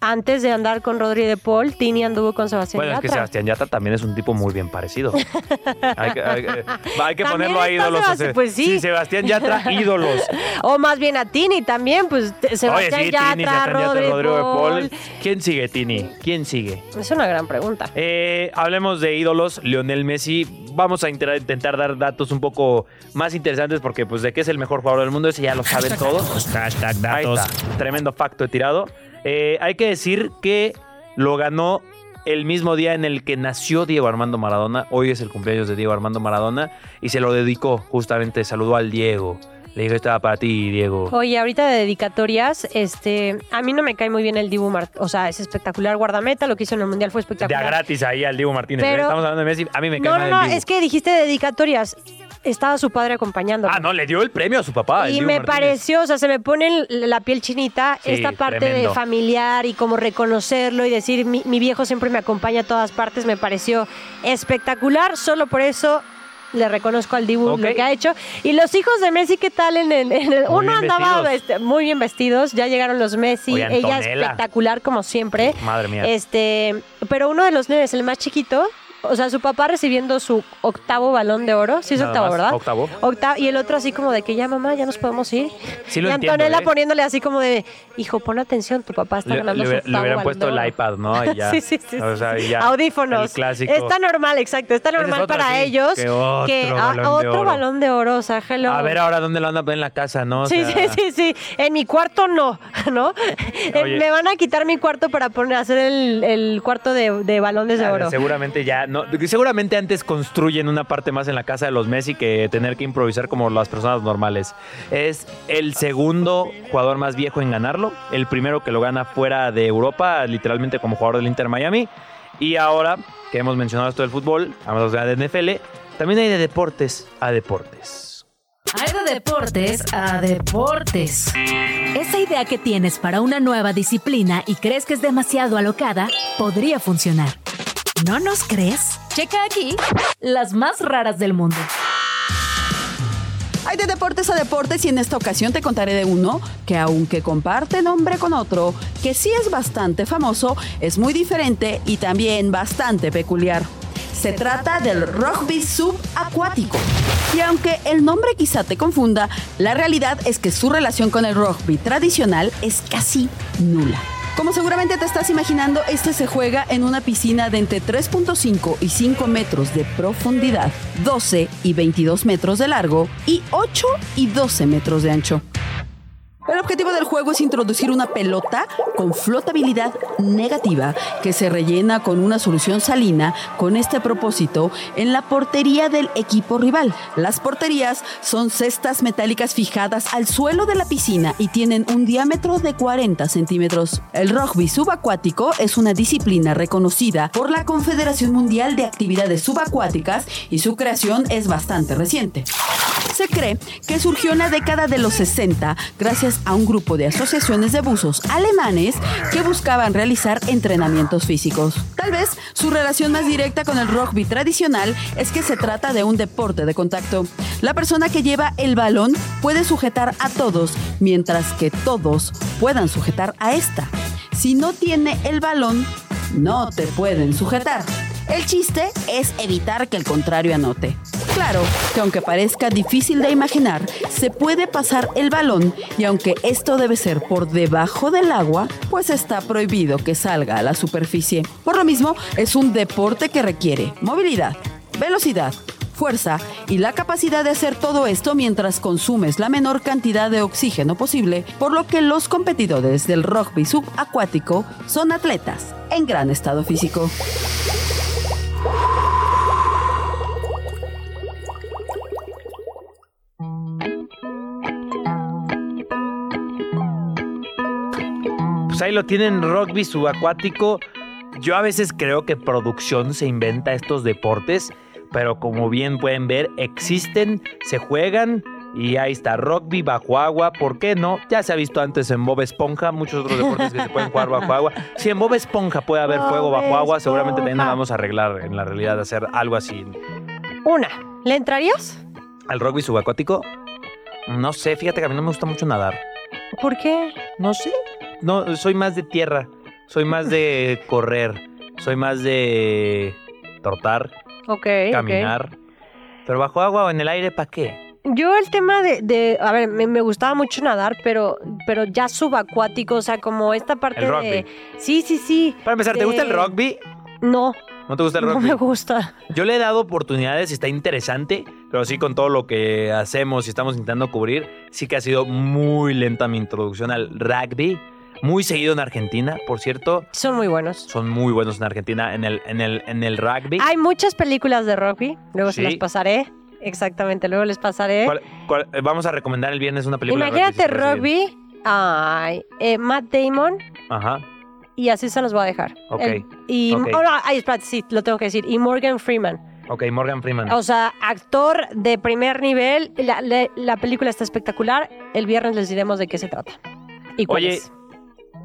Speaker 2: Antes de andar con Rodri de Paul, Tini anduvo con Sebastián
Speaker 3: Bueno, es que
Speaker 2: Yatra.
Speaker 3: Sebastián Yatra también es un tipo muy bien parecido. hay que, hay que- va, hay que
Speaker 2: También
Speaker 3: ponerlo a
Speaker 2: está
Speaker 3: ídolos.
Speaker 2: Sebasti-
Speaker 3: o sea,
Speaker 2: pues sí.
Speaker 3: Sebastián Yatra, ídolos.
Speaker 2: O más bien a Tini también, pues te- Sebastián
Speaker 3: Oye, sí,
Speaker 2: Yatra,
Speaker 3: Tini, Sebastián Yatra,
Speaker 2: Rodri de
Speaker 3: Rodrigo de Paul.
Speaker 2: Paul.
Speaker 3: ¿Quién sigue, Tini? ¿Quién sigue?
Speaker 2: Es una gran pregunta.
Speaker 3: Eh, hablemos de ídolos, Lionel Messi. Vamos a intera- intentar dar datos un poco más interesantes porque, pues, de que es el mejor jugador del mundo, ese ya lo saben todos.
Speaker 7: Hashtag
Speaker 3: Ahí
Speaker 7: datos.
Speaker 3: está, Tremendo facto he tirado. Eh, hay que decir que lo ganó el mismo día en el que nació Diego Armando Maradona. Hoy es el cumpleaños de Diego Armando Maradona y se lo dedicó justamente. Saludó al Diego. Le dijo, estaba para ti, Diego.
Speaker 2: Oye, ahorita de dedicatorias, este, a mí no me cae muy bien el Dibu Mart, o sea, es espectacular guardameta, lo que hizo en el Mundial fue
Speaker 3: De a
Speaker 2: espectacular.
Speaker 3: gratis ahí al Diego Martínez. ¿eh?
Speaker 2: Pero-
Speaker 3: Estamos hablando de Messi. A mí me cae
Speaker 2: no,
Speaker 3: mal
Speaker 2: no,
Speaker 3: el
Speaker 2: no,
Speaker 3: Dibu.
Speaker 2: es que dijiste dedicatorias, estaba su padre acompañándolo.
Speaker 3: Ah, no, le dio el premio a su papá. Ah,
Speaker 2: Y
Speaker 3: el Dibu
Speaker 2: me
Speaker 3: Martínez.
Speaker 2: pareció, o sea, se me pone la piel chinita
Speaker 3: Sí,
Speaker 2: esta parte
Speaker 3: tremendo.
Speaker 2: de familiar y como reconocerlo y decir, mi, mi viejo siempre me acompaña a todas partes, me pareció espectacular, solo por eso le reconozco al Dibu
Speaker 3: Ok.
Speaker 2: lo que ha hecho. Y los hijos de Messi, ¿qué tal? En el, en el-
Speaker 3: Muy
Speaker 2: uno
Speaker 3: bien
Speaker 2: andaba
Speaker 3: vestidos.
Speaker 2: este, muy bien vestidos, ya llegaron los Messi,
Speaker 3: Oye,
Speaker 2: ella
Speaker 3: Antonella.
Speaker 2: espectacular como siempre.
Speaker 3: Madre mía.
Speaker 2: Este, pero uno de los nenes, el más chiquito, o sea, su papá recibiendo su octavo balón de oro, sí es
Speaker 3: Nada
Speaker 2: octavo,
Speaker 3: más,
Speaker 2: ¿verdad?
Speaker 3: octavo.
Speaker 2: Octa- y el otro así como de que ya mamá, ya nos podemos ir.
Speaker 3: Sí lo
Speaker 2: y
Speaker 3: entiendo,
Speaker 2: Antonella
Speaker 3: ¿eh?
Speaker 2: poniéndole así como de, hijo, pon atención, tu papá está
Speaker 3: Le,
Speaker 2: ganando
Speaker 3: le
Speaker 2: su
Speaker 3: hubiera- le
Speaker 2: octavo
Speaker 3: hubieran
Speaker 2: Balón
Speaker 3: puesto
Speaker 2: de Oro".
Speaker 3: el iPad, ¿no? Y ya.
Speaker 2: Sí, sí, sí,
Speaker 3: O sea,
Speaker 2: sí.
Speaker 3: y ya.
Speaker 2: Audífonos.
Speaker 3: El clásico.
Speaker 2: Está normal, exacto. Está
Speaker 3: Ese es
Speaker 2: normal
Speaker 3: otro,
Speaker 2: para
Speaker 3: sí,
Speaker 2: ellos.
Speaker 3: que otro
Speaker 2: ah,
Speaker 3: Balón de
Speaker 2: otro
Speaker 3: Oro.
Speaker 2: balón de oro, o sea, hello.
Speaker 3: A ver ahora dónde lo anda a poner en la casa, ¿no? O
Speaker 2: Sí,
Speaker 3: sea,
Speaker 2: sí, sí, sí. En mi cuarto no, ¿no? Eh,
Speaker 3: Oye.
Speaker 2: Me van a quitar mi cuarto para poner, hacer el, el cuarto de, de balones de
Speaker 3: a ver,
Speaker 2: oro.
Speaker 3: Seguramente ya, no, seguramente antes construyen una parte más en la casa de los Messi que tener que improvisar como las personas normales. Es el segundo jugador más viejo en ganarlo, el primero que lo gana fuera de Europa, literalmente como jugador del Inter Miami. Y ahora que hemos mencionado esto del fútbol, vamos a hablar de NFL, también hay de deportes a deportes.
Speaker 4: Hay de deportes a deportes. Esa idea que tienes para una nueva disciplina y crees que es demasiado alocada, podría funcionar. ¿No nos crees? Checa aquí las más raras del mundo.
Speaker 8: Hay de deportes a deportes y en esta ocasión te contaré de uno que aunque comparte nombre con otro, que sí es bastante famoso, es muy diferente y también bastante peculiar. Se trata del rugby subacuático. Y aunque el nombre quizá te confunda, la realidad es que su relación con el rugby tradicional es casi nula. Como seguramente te estás imaginando, este se juega en una piscina de entre 3.5 y 5 metros de profundidad, 12 y 22 metros de largo y 8 y 12 metros de ancho. El objetivo del juego es introducir una pelota con flotabilidad negativa que se rellena con una solución salina con este propósito en la portería del equipo rival. Las porterías son cestas metálicas fijadas al suelo de la piscina y tienen un diámetro de 40 centímetros. El rugby subacuático es una disciplina reconocida por la Confederación Mundial de Actividades Subacuáticas y su creación es bastante reciente. Se cree que surgió en la década de los 60 gracias a un grupo de asociaciones de buzos alemanes que buscaban realizar entrenamientos físicos. Tal vez su relación más directa con el rugby tradicional es que se trata de un deporte de contacto. La persona que lleva el balón puede sujetar a todos, mientras que todos puedan sujetar a esta. Si no tiene el balón, no te pueden sujetar. El chiste es evitar que el contrario anote. Claro que aunque parezca difícil de imaginar, se puede pasar el balón y aunque esto debe ser por debajo del agua, pues está prohibido que salga a la superficie. Por lo mismo, es un deporte que requiere movilidad, velocidad, fuerza y la capacidad de hacer todo esto mientras consumes la menor cantidad de oxígeno posible, por lo que los competidores del rugby subacuático son atletas en gran estado físico.
Speaker 3: Pues ahí lo tienen, rugby subacuático. Yo a veces creo que producción se inventa estos deportes, pero como bien pueden ver, existen, se juegan y ahí está rugby bajo agua. ¿Por qué no? Ya se ha visto antes en Bob Esponja, muchos otros deportes que se pueden jugar bajo agua. Si en Bob Esponja puede haber
Speaker 2: Bob
Speaker 3: fuego bajo agua, seguramente también la
Speaker 2: Esponja.
Speaker 3: vamos a arreglar en la realidad, hacer algo así.
Speaker 2: Una, ¿le entrarías?
Speaker 3: ¿Al rugby subacuático? No sé, fíjate que a mí no me gusta mucho nadar.
Speaker 2: ¿Por qué?
Speaker 3: No sé. No, soy más de tierra. Soy más de correr. Soy más de trotar,
Speaker 2: Ok. ok.
Speaker 3: caminar. Pero bajo agua o en el aire, ¿para qué?
Speaker 2: Yo el tema de, de- a ver, me, me gustaba mucho nadar, pero, pero ya subacuático, o sea, como esta parte
Speaker 3: El
Speaker 2: de...
Speaker 3: rugby.
Speaker 2: Sí, sí, sí.
Speaker 3: Para empezar, ¿te gusta el
Speaker 2: De-
Speaker 3: rugby?
Speaker 2: No,
Speaker 3: ¿No te gusta el
Speaker 2: no
Speaker 3: rugby?
Speaker 2: me gusta.
Speaker 3: Yo le he dado oportunidades, está interesante, pero sí con todo lo que hacemos y estamos intentando cubrir, sí que ha sido muy lenta mi introducción al rugby. Muy seguido en Argentina, por cierto.
Speaker 2: Son muy buenos.
Speaker 3: Son muy buenos en Argentina en el, en el, en el rugby.
Speaker 2: Hay muchas películas de rugby, luego se
Speaker 3: Sí.
Speaker 2: las pasaré. Exactamente, luego les pasaré.
Speaker 3: ¿Cuál- cuál- eh, vamos a recomendar el viernes una película. de
Speaker 2: Imagínate
Speaker 3: si te parece bien.
Speaker 2: rugby. Ay, eh, Matt Damon.
Speaker 3: Ajá.
Speaker 2: Y así se los voy a dejar.
Speaker 3: Ok,
Speaker 2: El- y,
Speaker 3: ok.
Speaker 2: oh, no, ay, espérate, sí, lo tengo que decir. Y Morgan Freeman.
Speaker 3: Ok, Morgan Freeman.
Speaker 2: O sea, actor de primer nivel. La, la- la película está espectacular. El viernes les diremos de qué se trata. ¿Y cuál
Speaker 3: Oye,
Speaker 2: es?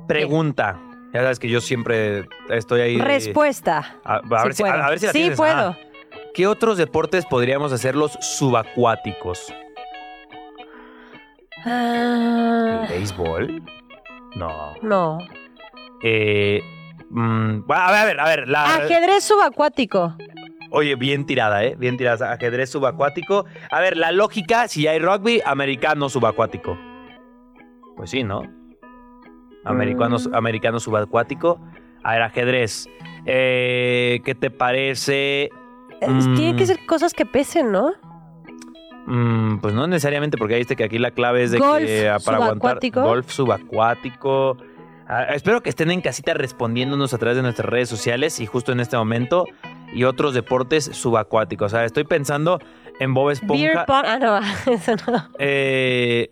Speaker 3: Pregunta. Ya sabes que yo siempre estoy ahí.
Speaker 2: Respuesta.
Speaker 3: A, eh, a ver,
Speaker 2: Sí
Speaker 3: si, a-
Speaker 2: puedo.
Speaker 3: a ver si la
Speaker 2: Sí
Speaker 3: tienes.
Speaker 2: puedo.
Speaker 3: Ah, ¿Qué otros deportes podríamos hacerlos subacuáticos?
Speaker 2: Ah,
Speaker 3: ¿El béisbol? No.
Speaker 2: no.
Speaker 3: Eh, mm, bueno, a ver, a ver, a ver.
Speaker 2: Ah,
Speaker 3: la-
Speaker 2: Ajedrez subacuático.
Speaker 3: oye, bien tirada, ¿eh? Bien tirada. o sea, Ajedrez subacuático. A ver, la lógica, si hay rugby, americano subacuático. Pues sí, ¿no? Americano, americano subacuático. A ver, ajedrez. Eh, ¿Qué te parece?
Speaker 2: Eh, Tienen que
Speaker 3: Mm.
Speaker 2: ser cosas que pesen, ¿no?
Speaker 3: Mm, pues no necesariamente, porque ahí viste que aquí la clave es de
Speaker 2: Golf
Speaker 3: que ah, para aguantar
Speaker 2: subacuático.
Speaker 3: golf subacuático. Ah, espero que estén en casita respondiéndonos a través de nuestras redes sociales y justo en este momento y otros deportes subacuáticos. O sea, estoy pensando en Bob
Speaker 2: Beer
Speaker 3: Esponja,
Speaker 2: pong. Ah, no, eso no.
Speaker 3: eh,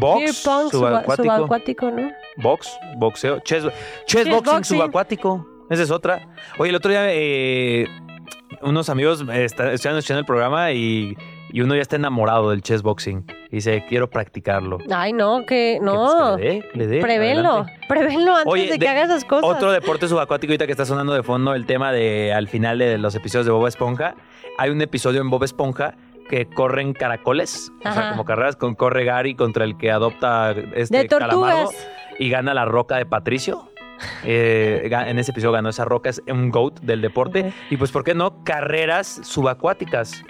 Speaker 3: box
Speaker 2: Beer pong suba-
Speaker 3: subacuático,
Speaker 2: subacuático, ¿no?
Speaker 3: box, boxeo, chess, chess
Speaker 2: Chess
Speaker 3: boxing,
Speaker 2: boxing.
Speaker 3: subacuático. Esa es otra. Oye, el otro día eh, unos amigos eh, está- estaban escuchando el programa y, y uno ya está enamorado del chess boxing. Y dice, quiero practicarlo.
Speaker 2: Ay, no, que
Speaker 3: Que, pues,
Speaker 2: no.
Speaker 3: que le dé, que le dé,
Speaker 2: Prevenlo,
Speaker 3: adelante.
Speaker 2: prevenlo antes
Speaker 3: Oye,
Speaker 2: de que
Speaker 3: de-
Speaker 2: hagas esas cosas.
Speaker 3: Otro deporte subacuático ahorita que está sonando de fondo, el tema de al final de los episodios de Bob Esponja. Hay un episodio en Bob Esponja que corren caracoles, o
Speaker 2: Ajá.
Speaker 3: sea, como carreras con corre Gary contra el que adopta este
Speaker 2: de
Speaker 3: calamardo
Speaker 2: tortugas.
Speaker 3: y gana la roca de Patricio. Eh, ga- en ese episodio ganó esa roca, es un GOAT del deporte.
Speaker 2: Ok.
Speaker 3: Y pues, ¿por qué no? Carreras subacuáticas.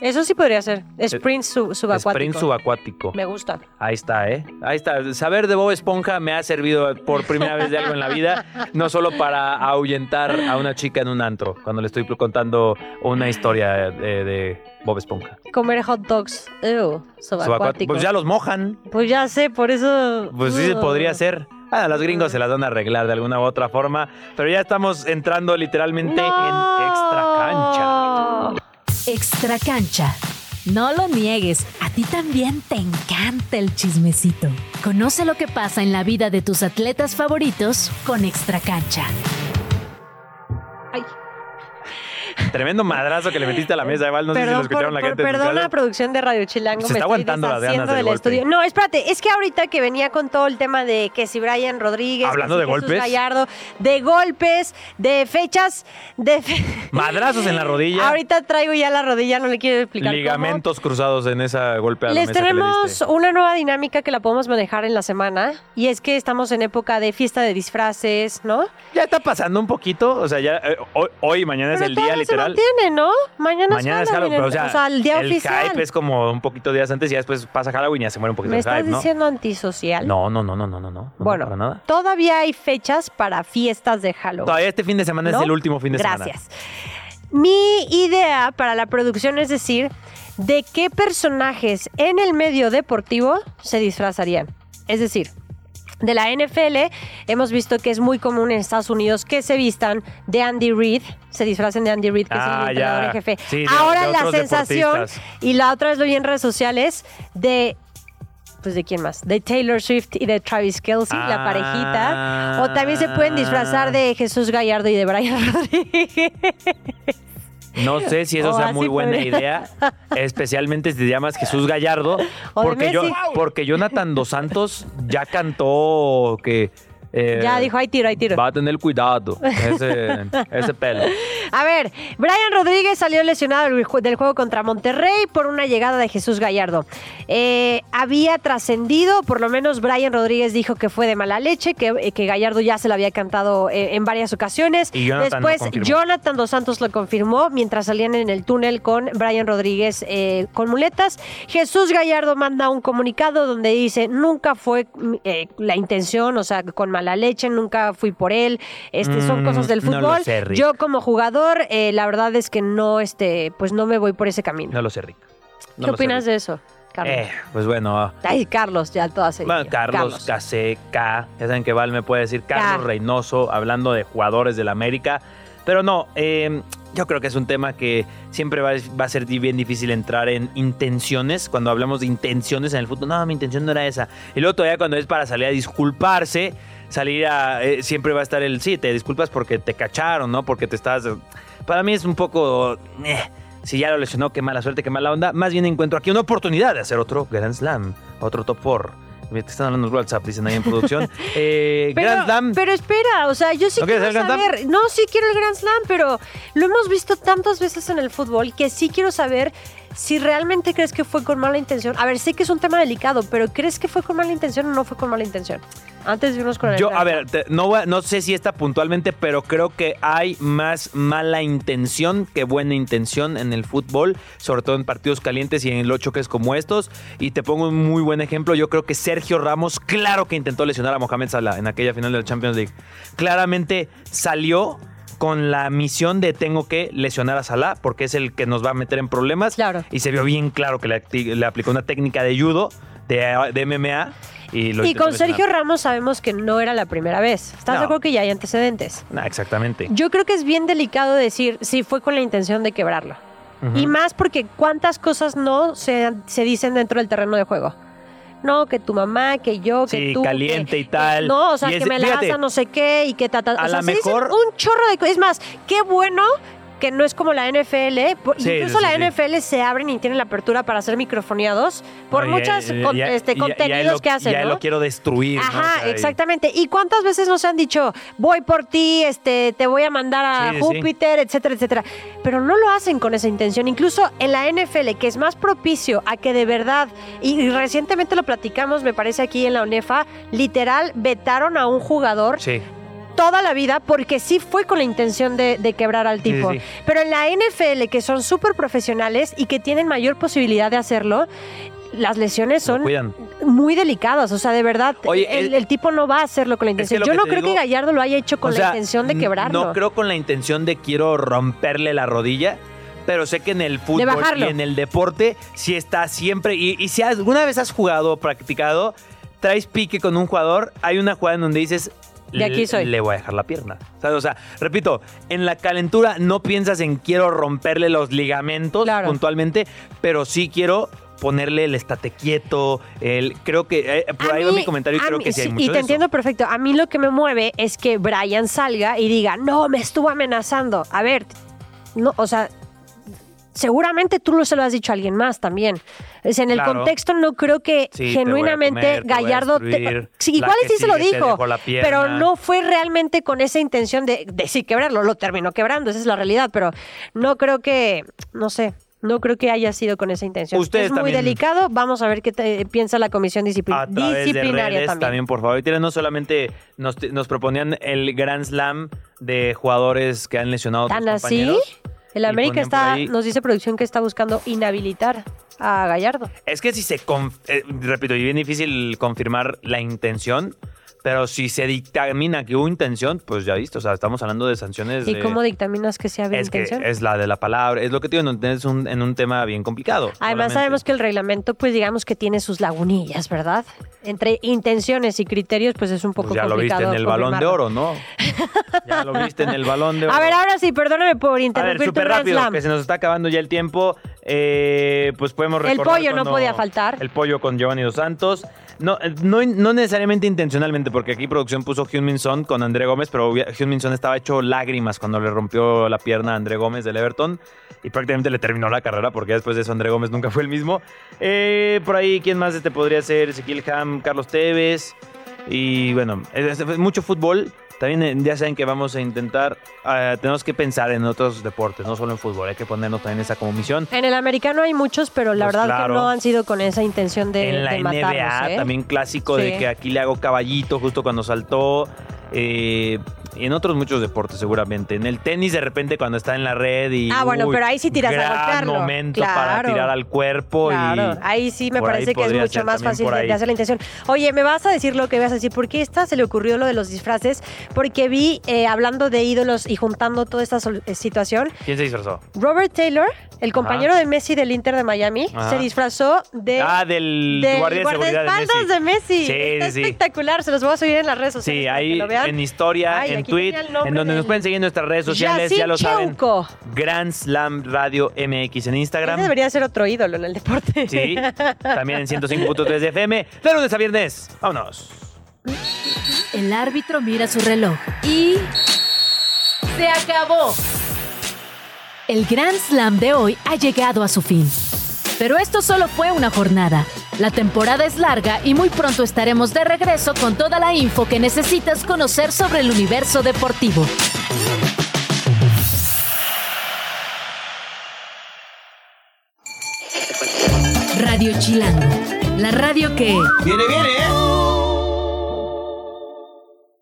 Speaker 2: Eso sí podría ser. Sprint sub- subacuático.
Speaker 3: Eh, Sprint subacuático.
Speaker 2: Me gusta.
Speaker 3: Ahí está, ¿eh? Ahí está. Saber de Bob Esponja me ha servido por primera vez de algo en la vida, no solo para ahuyentar a una chica en un antro, cuando le estoy contando una historia eh, de, Bob Esponja.
Speaker 2: Comer hot dogs. Ew,
Speaker 3: Subacuático.
Speaker 2: subacuático.
Speaker 3: Pues ya los mojan.
Speaker 2: Pues ya sé, por eso.
Speaker 3: Pues sí,
Speaker 2: Ugh.
Speaker 3: podría ser. Ah, los gringos se las van a arreglar de alguna u otra forma, pero ya estamos entrando literalmente en extra cancha.
Speaker 2: No.
Speaker 4: Extra cancha. No lo niegues, a ti también te encanta el chismecito. Conoce lo que pasa en la vida de tus atletas favoritos con Extra cancha.
Speaker 3: Tremendo madrazo que le metiste a la mesa, Val. No sé si lo
Speaker 2: Perdón,
Speaker 3: escucharon
Speaker 2: por-
Speaker 3: la
Speaker 2: por-
Speaker 3: gente. en su
Speaker 2: perdón
Speaker 3: casa.
Speaker 2: la producción de Radio Chilango.
Speaker 3: Se
Speaker 2: me
Speaker 3: está
Speaker 2: estoy
Speaker 3: aguantando las ganas
Speaker 2: deshaciendo
Speaker 3: del golpe.
Speaker 2: estudio. No, espérate, es que ahorita que venía con todo el tema de que si Brian Rodríguez,
Speaker 3: Hablando
Speaker 2: que si
Speaker 3: de
Speaker 2: Jesús
Speaker 3: golpes.
Speaker 2: Gallardo, de golpes, de fechas, de fe-
Speaker 3: Madrazos en la rodilla.
Speaker 2: Ahorita traigo ya la rodilla, no le quiero explicar. cómo.
Speaker 3: Ligamentos cruzados en esa golpe a la
Speaker 2: Les
Speaker 3: mesa que le
Speaker 2: tenemos
Speaker 3: diste.
Speaker 2: una nueva dinámica que la podemos manejar en la semana y es que estamos en época de fiesta de disfraces, ¿no?
Speaker 3: Ya está pasando un poquito, o sea, ya eh, hoy, hoy y mañana es
Speaker 2: pero
Speaker 3: el día
Speaker 2: todavía
Speaker 3: literal.
Speaker 2: se mantiene, ¿no? Mañana,
Speaker 3: Mañana
Speaker 2: es
Speaker 3: es Halloween,
Speaker 2: Halloween,
Speaker 3: pero o sea,
Speaker 2: el día
Speaker 3: el
Speaker 2: oficial.
Speaker 3: hype es como un poquito días antes y ya después pasa Halloween y ya se muere un poquito
Speaker 2: ¿Me
Speaker 3: el
Speaker 2: estás
Speaker 3: hype, ¿no?
Speaker 2: diciendo antisocial?
Speaker 3: No, no, no, no, no, no, no. no,
Speaker 2: Bueno,
Speaker 3: para nada.
Speaker 2: todavía hay fechas para fiestas de Halloween.
Speaker 3: Todavía este fin de semana
Speaker 2: ¿no?
Speaker 3: es el último fin de semana.
Speaker 2: Gracias. Mi idea para la producción es decir, ¿de qué personajes en el medio deportivo se disfrazarían? Es decir, de la NFL hemos visto que es muy común en Estados Unidos que se vistan de Andy Reid, se disfracen de Andy Reid, que
Speaker 3: Ah,
Speaker 2: es el
Speaker 3: ya.
Speaker 2: entrenador en jefe.
Speaker 3: Sí, de-
Speaker 2: Ahora
Speaker 3: de
Speaker 2: la
Speaker 3: otros
Speaker 2: sensación,
Speaker 3: deportistas.
Speaker 2: y la otra vez lo vi en redes sociales, de... Pues de quién más? De Taylor Swift y de Travis Kelsey, la
Speaker 3: Ah.
Speaker 2: parejita. O también se pueden disfrazar de Jesús Gallardo y de Brian Rodríguez.
Speaker 3: No sé si eso
Speaker 2: O
Speaker 3: sea
Speaker 2: Oh, así
Speaker 3: muy buena
Speaker 2: podría.
Speaker 3: idea, especialmente si te llamas Jesús Gallardo,
Speaker 2: O de
Speaker 3: porque yo
Speaker 2: Messi.
Speaker 3: porque Jonathan dos Santos ya cantó que eh,
Speaker 2: Ya dijo, hay tiro, hay tiro.
Speaker 3: Va a tener cuidado ese, ese pelo.
Speaker 2: A ver, Brian Rodríguez salió lesionado del ju- del juego contra Monterrey por una llegada de Jesús Gallardo. Eh, había trascendido, por lo menos Brian Rodríguez dijo que fue de mala leche, que, eh, que Gallardo ya se lo había cantado eh, en varias ocasiones.
Speaker 3: Y Jonathan lo
Speaker 2: Después
Speaker 3: confirmó.
Speaker 2: Jonathan Dos Santos lo confirmó mientras salían en el túnel con Brian Rodríguez eh, con muletas. Jesús Gallardo manda un comunicado donde dice, nunca fue mm, eh, la intención, o sea, con mala leche, nunca fui por él. Este, son
Speaker 3: Mm,
Speaker 2: cosas del
Speaker 3: no lo
Speaker 2: fútbol.
Speaker 3: sé, Rick.
Speaker 2: Yo como jugador, eh, la verdad es que no, este, pues no me voy por ese camino.
Speaker 3: No lo sé, Rick. No
Speaker 2: ¿Qué
Speaker 3: lo sé,
Speaker 2: opinas
Speaker 3: Rick.
Speaker 2: de eso, Carlos?
Speaker 3: Eh, pues bueno, ah,
Speaker 2: Ay, Carlos, ya todas se
Speaker 3: Bueno,
Speaker 2: diría.
Speaker 3: Carlos, Casé, K. Ya saben que Val me puede decir Carlos
Speaker 2: K.
Speaker 3: Reynoso, hablando de jugadores del América. Pero no, eh, yo creo que es un tema que siempre va, va a ser di- bien difícil entrar en intenciones. Cuando hablamos de intenciones en el fútbol, no, mi intención no era esa. Y luego todavía cuando es para salir a disculparse, salir a... eh, siempre va a estar el, sí, te disculpas porque te cacharon, ¿no? Porque te estás... Para mí es un poco... eh, si ya lo lesionó, qué mala suerte, qué mala onda. Más bien encuentro aquí una oportunidad de hacer otro Grand Slam, otro Top 4. Te están hablando los WhatsApp, dicen ahí en producción. Eh,
Speaker 2: Pero,
Speaker 3: Grand Slam.
Speaker 2: pero espera, o sea, yo sí
Speaker 3: ¿No quieres
Speaker 2: quiero
Speaker 3: el Grand Slam?
Speaker 2: saber. No, sí quiero el Grand Slam, pero lo hemos visto tantas veces en el fútbol que sí quiero saber si realmente crees que fue con mala intención. A ver, sé que es un tema delicado, pero ¿crees que fue con mala intención o no fue con mala intención? Antes de irnos con el
Speaker 3: Yo,
Speaker 2: Grand
Speaker 3: a
Speaker 2: Slam.
Speaker 3: ver, te- no, voy a- no sé si está puntualmente, pero creo que hay más mala intención que buena intención en el fútbol, sobre todo en partidos calientes y en los choques como estos. Y te pongo un muy buen ejemplo. Yo creo que Sergio Ramos, claro que intentó lesionar a Mohamed Salah en aquella final de la Champions League. Claramente salió con la misión de tengo que lesionar a Salah porque es el que nos va a meter en problemas.
Speaker 2: Claro.
Speaker 3: Y se vio bien claro que le, acti- le aplicó una técnica de judo, de, de MMA. Y, lo
Speaker 2: Y
Speaker 3: intentó
Speaker 2: con
Speaker 3: lesionar.
Speaker 2: Sergio Ramos sabemos que no era la primera vez. ¿Estás
Speaker 3: No.
Speaker 2: de acuerdo que ya hay antecedentes?
Speaker 3: Nah, Ah, exactamente.
Speaker 2: Yo creo que es bien delicado decir si fue con la intención de quebrarlo. Y más porque cuántas cosas no se, se dicen dentro del terreno de juego. No, que tu mamá, que yo, que
Speaker 3: Sí,
Speaker 2: tú.
Speaker 3: caliente
Speaker 2: que-
Speaker 3: y tal.
Speaker 2: que no, o sea,
Speaker 3: Y es-
Speaker 2: que me la
Speaker 3: fíjate,
Speaker 2: das a no sé qué y que ta, ta- o sea,
Speaker 3: a la
Speaker 2: se dicen
Speaker 3: mejor-
Speaker 2: un chorro de cosas. Es más, qué bueno que no es como la NFL. por-
Speaker 3: Sí,
Speaker 2: incluso
Speaker 3: sí,
Speaker 2: la
Speaker 3: sí.
Speaker 2: NFL se abren y tienen la apertura para ser microfoneados por
Speaker 3: No, y- eh,
Speaker 2: muchos
Speaker 3: y- y- y- y- y- y-
Speaker 2: contenidos
Speaker 3: lo-
Speaker 2: que hacen.
Speaker 3: Ya
Speaker 2: ¿no?
Speaker 3: lo quiero destruir. ¿no?
Speaker 2: Ajá,
Speaker 3: O sea, y-
Speaker 2: exactamente. ¿Y cuántas veces nos han dicho, voy por ti, este, te voy a mandar a
Speaker 3: Sí, sí, sí.
Speaker 2: Júpiter, etcétera, etcétera? Pero no lo hacen con esa intención. Incluso en la NFL, que es más propicio a que de verdad, y, y recientemente lo platicamos, me parece aquí en la UNEFA, literal, vetaron a un jugador
Speaker 3: Sí.
Speaker 2: toda la vida porque sí fue con la intención de, de quebrar al
Speaker 3: Sí,
Speaker 2: tipo.
Speaker 3: sí, sí.
Speaker 2: Pero en la NFL, que son súper profesionales y que tienen mayor posibilidad de hacerlo, las lesiones
Speaker 3: lo
Speaker 2: son
Speaker 3: cuidan.
Speaker 2: muy delicadas. O sea, de verdad,
Speaker 3: Oye,
Speaker 2: el,
Speaker 3: el-
Speaker 2: el tipo no va a hacerlo con la
Speaker 3: es que
Speaker 2: intención.
Speaker 3: lo
Speaker 2: Yo
Speaker 3: que
Speaker 2: no
Speaker 3: te
Speaker 2: creo que
Speaker 3: digo-
Speaker 2: Gallardo lo haya hecho con
Speaker 3: O sea,
Speaker 2: la intención de
Speaker 3: n-
Speaker 2: quebrarlo.
Speaker 3: No creo con la intención de quiero romperle la rodilla, pero sé que en el fútbol y
Speaker 2: bajarlo.
Speaker 3: en el deporte sí está siempre. Y, y si alguna vez has jugado o practicado, traes pique con un jugador, hay una jugada en donde dices.
Speaker 2: De aquí
Speaker 3: "Le-
Speaker 2: soy".
Speaker 3: Le voy a dejar la pierna. ¿Sabes? O sea, repito, en la calentura no piensas en quiero romperle los ligamentos
Speaker 2: Claro.
Speaker 3: puntualmente, pero sí quiero ponerle el estate quieto. El, creo que. eh, por
Speaker 2: A
Speaker 3: ahí va
Speaker 2: mí-
Speaker 3: mi comentario y
Speaker 2: a
Speaker 3: creo
Speaker 2: mí-
Speaker 3: que sí hay
Speaker 2: sí,
Speaker 3: mucho
Speaker 2: Y
Speaker 3: de
Speaker 2: te
Speaker 3: eso.
Speaker 2: entiendo perfecto. A mí lo que me mueve es que Brian salga y diga, no, me estuvo amenazando. A ver, no, o sea, seguramente tú lo se lo has dicho a alguien más también. Es en el
Speaker 3: Claro.
Speaker 2: contexto no creo que
Speaker 3: Sí, te voy a
Speaker 2: genuinamente
Speaker 3: comer, te voy a
Speaker 2: Gallardo...
Speaker 3: destruir,
Speaker 2: sí,
Speaker 3: la
Speaker 2: igual
Speaker 3: que
Speaker 2: sí se lo
Speaker 3: sigue te
Speaker 2: dijo,
Speaker 3: dejo la pierna.
Speaker 2: pero no fue realmente con esa intención de, de sí quebrarlo. Lo terminó quebrando, esa es la realidad, pero no creo que, no sé. No creo que haya sido con esa intención.
Speaker 3: Ustedes
Speaker 2: es muy
Speaker 3: también.
Speaker 2: delicado. Vamos a ver qué te- piensa la comisión disciplin-
Speaker 3: a través de
Speaker 2: disciplinaria
Speaker 3: redes también.
Speaker 2: también.
Speaker 3: por favor. Y tienen, no solamente nos, nos proponían el Grand Slam de jugadores que han lesionado a
Speaker 2: ¿Tan
Speaker 3: otros
Speaker 2: así?
Speaker 3: compañeros.
Speaker 2: El
Speaker 3: Y
Speaker 2: América
Speaker 3: ponían por
Speaker 2: está,
Speaker 3: ahí-
Speaker 2: nos dice producción que está buscando inhabilitar a Gallardo.
Speaker 3: Es que si se... conf- eh, repito, y bien difícil confirmar la intención, pero si se dictamina que hubo intención, pues ya visto. O sea, estamos hablando de sanciones
Speaker 2: ¿Y
Speaker 3: de...
Speaker 2: cómo dictaminas que sea
Speaker 3: es que
Speaker 2: intención?
Speaker 3: es la de la palabra, es lo que te digo, no, es un, en un tema bien complicado.
Speaker 2: Además
Speaker 3: solamente.
Speaker 2: sabemos que el reglamento, pues digamos que tiene sus lagunillas, ¿verdad? Entre intenciones y criterios, pues es un poco
Speaker 3: Pues ya lo viste
Speaker 2: complicado
Speaker 3: en el balón de
Speaker 2: confirmarlo.
Speaker 3: oro, ¿no? ya lo viste en el balón de oro.
Speaker 2: A ver, ahora sí, perdóname por
Speaker 3: A ver,
Speaker 2: interrumpir tu
Speaker 3: súper
Speaker 2: Grand
Speaker 3: rápido,
Speaker 2: Slam.
Speaker 3: que se nos está acabando ya el tiempo. Eh, pues podemos
Speaker 2: El
Speaker 3: recordar
Speaker 2: pollo no
Speaker 3: cuando-
Speaker 2: podía faltar.
Speaker 3: El pollo con Giovanni Dos Santos. No, eh, no, no necesariamente intencionalmente, porque aquí producción puso Hyun Son con André Gómez, pero Hyun Son estaba hecho lágrimas cuando le rompió la pierna a André Gómez del Everton y prácticamente le terminó la carrera, porque después de eso André Gómez Este nunca fue el mismo. Eh, por ahí, ¿quién más te podría ser? Ezequiel Ham, Carlos Tevez. Y bueno, es- es mucho fútbol. También eh, ya saben que vamos a intentar, eh, tenemos que pensar en otros deportes, no solo en fútbol, hay que ponernos también esa como misión.
Speaker 2: En el americano hay muchos, pero la
Speaker 3: Pues
Speaker 2: verdad
Speaker 3: claro.
Speaker 2: que no han sido con esa intención de,
Speaker 3: en la
Speaker 2: de matarlos,
Speaker 3: NBA
Speaker 2: ¿eh?
Speaker 3: también clásico de
Speaker 2: Sí.
Speaker 3: que aquí le hago caballito justo cuando saltó. eh, y en otros muchos deportes seguramente. En el tenis de repente cuando está en la red y...
Speaker 2: Ah, bueno,
Speaker 3: uy,
Speaker 2: pero ahí sí tiras a
Speaker 3: gran
Speaker 2: golpearlo.
Speaker 3: momento para
Speaker 2: Claro.
Speaker 3: tirar al cuerpo
Speaker 2: Claro,
Speaker 3: y...
Speaker 2: ahí sí me
Speaker 3: por ahí
Speaker 2: parece que es
Speaker 3: podría
Speaker 2: mucho
Speaker 3: ser
Speaker 2: más
Speaker 3: también
Speaker 2: fácil
Speaker 3: por
Speaker 2: de,
Speaker 3: ahí.
Speaker 2: de hacer la intención. Oye, me vas a decir lo que vas a decir, porque esta se le ocurrió lo de los disfraces, porque vi, eh, hablando de ídolos y juntando toda esta sol- eh, situación,
Speaker 3: ¿Quién se disfrazó?
Speaker 2: Robert Taylor, el compañero de Messi del Inter de Miami,
Speaker 3: Ajá.
Speaker 2: se disfrazó de...
Speaker 3: ah, del,
Speaker 2: del
Speaker 3: guardia de seguridad de
Speaker 2: guardaespaldas de
Speaker 3: Messi.
Speaker 2: Messi.
Speaker 3: Sí,
Speaker 2: Está
Speaker 3: sí, sí.
Speaker 2: espectacular, se los voy a subir en las redes sociales.
Speaker 3: Sí,
Speaker 2: para que
Speaker 3: ahí
Speaker 2: lo vean.
Speaker 3: en historia,
Speaker 2: Ay,
Speaker 3: en
Speaker 2: aquí
Speaker 3: tweet,
Speaker 2: tenía el nombre
Speaker 3: en donde nos
Speaker 2: del-
Speaker 3: pueden seguir en nuestras redes sociales,
Speaker 2: Yacine
Speaker 3: ya lo saben.
Speaker 2: Cheuco.
Speaker 3: Grand Slam Radio MX en Instagram.
Speaker 2: Ese debería ser otro ídolo en el deporte.
Speaker 3: Sí, también en 105.3 de FM, de lunes a viernes. Vámonos.
Speaker 4: El árbitro mira su reloj y... ¡Se acabó! El Grand Slam de hoy ha llegado a su fin. Pero esto solo fue una jornada. La temporada es larga y muy pronto estaremos de regreso con toda la info que necesitas conocer sobre el universo deportivo. Radio Chilango, la radio que...
Speaker 7: Viene, viene, ¿eh?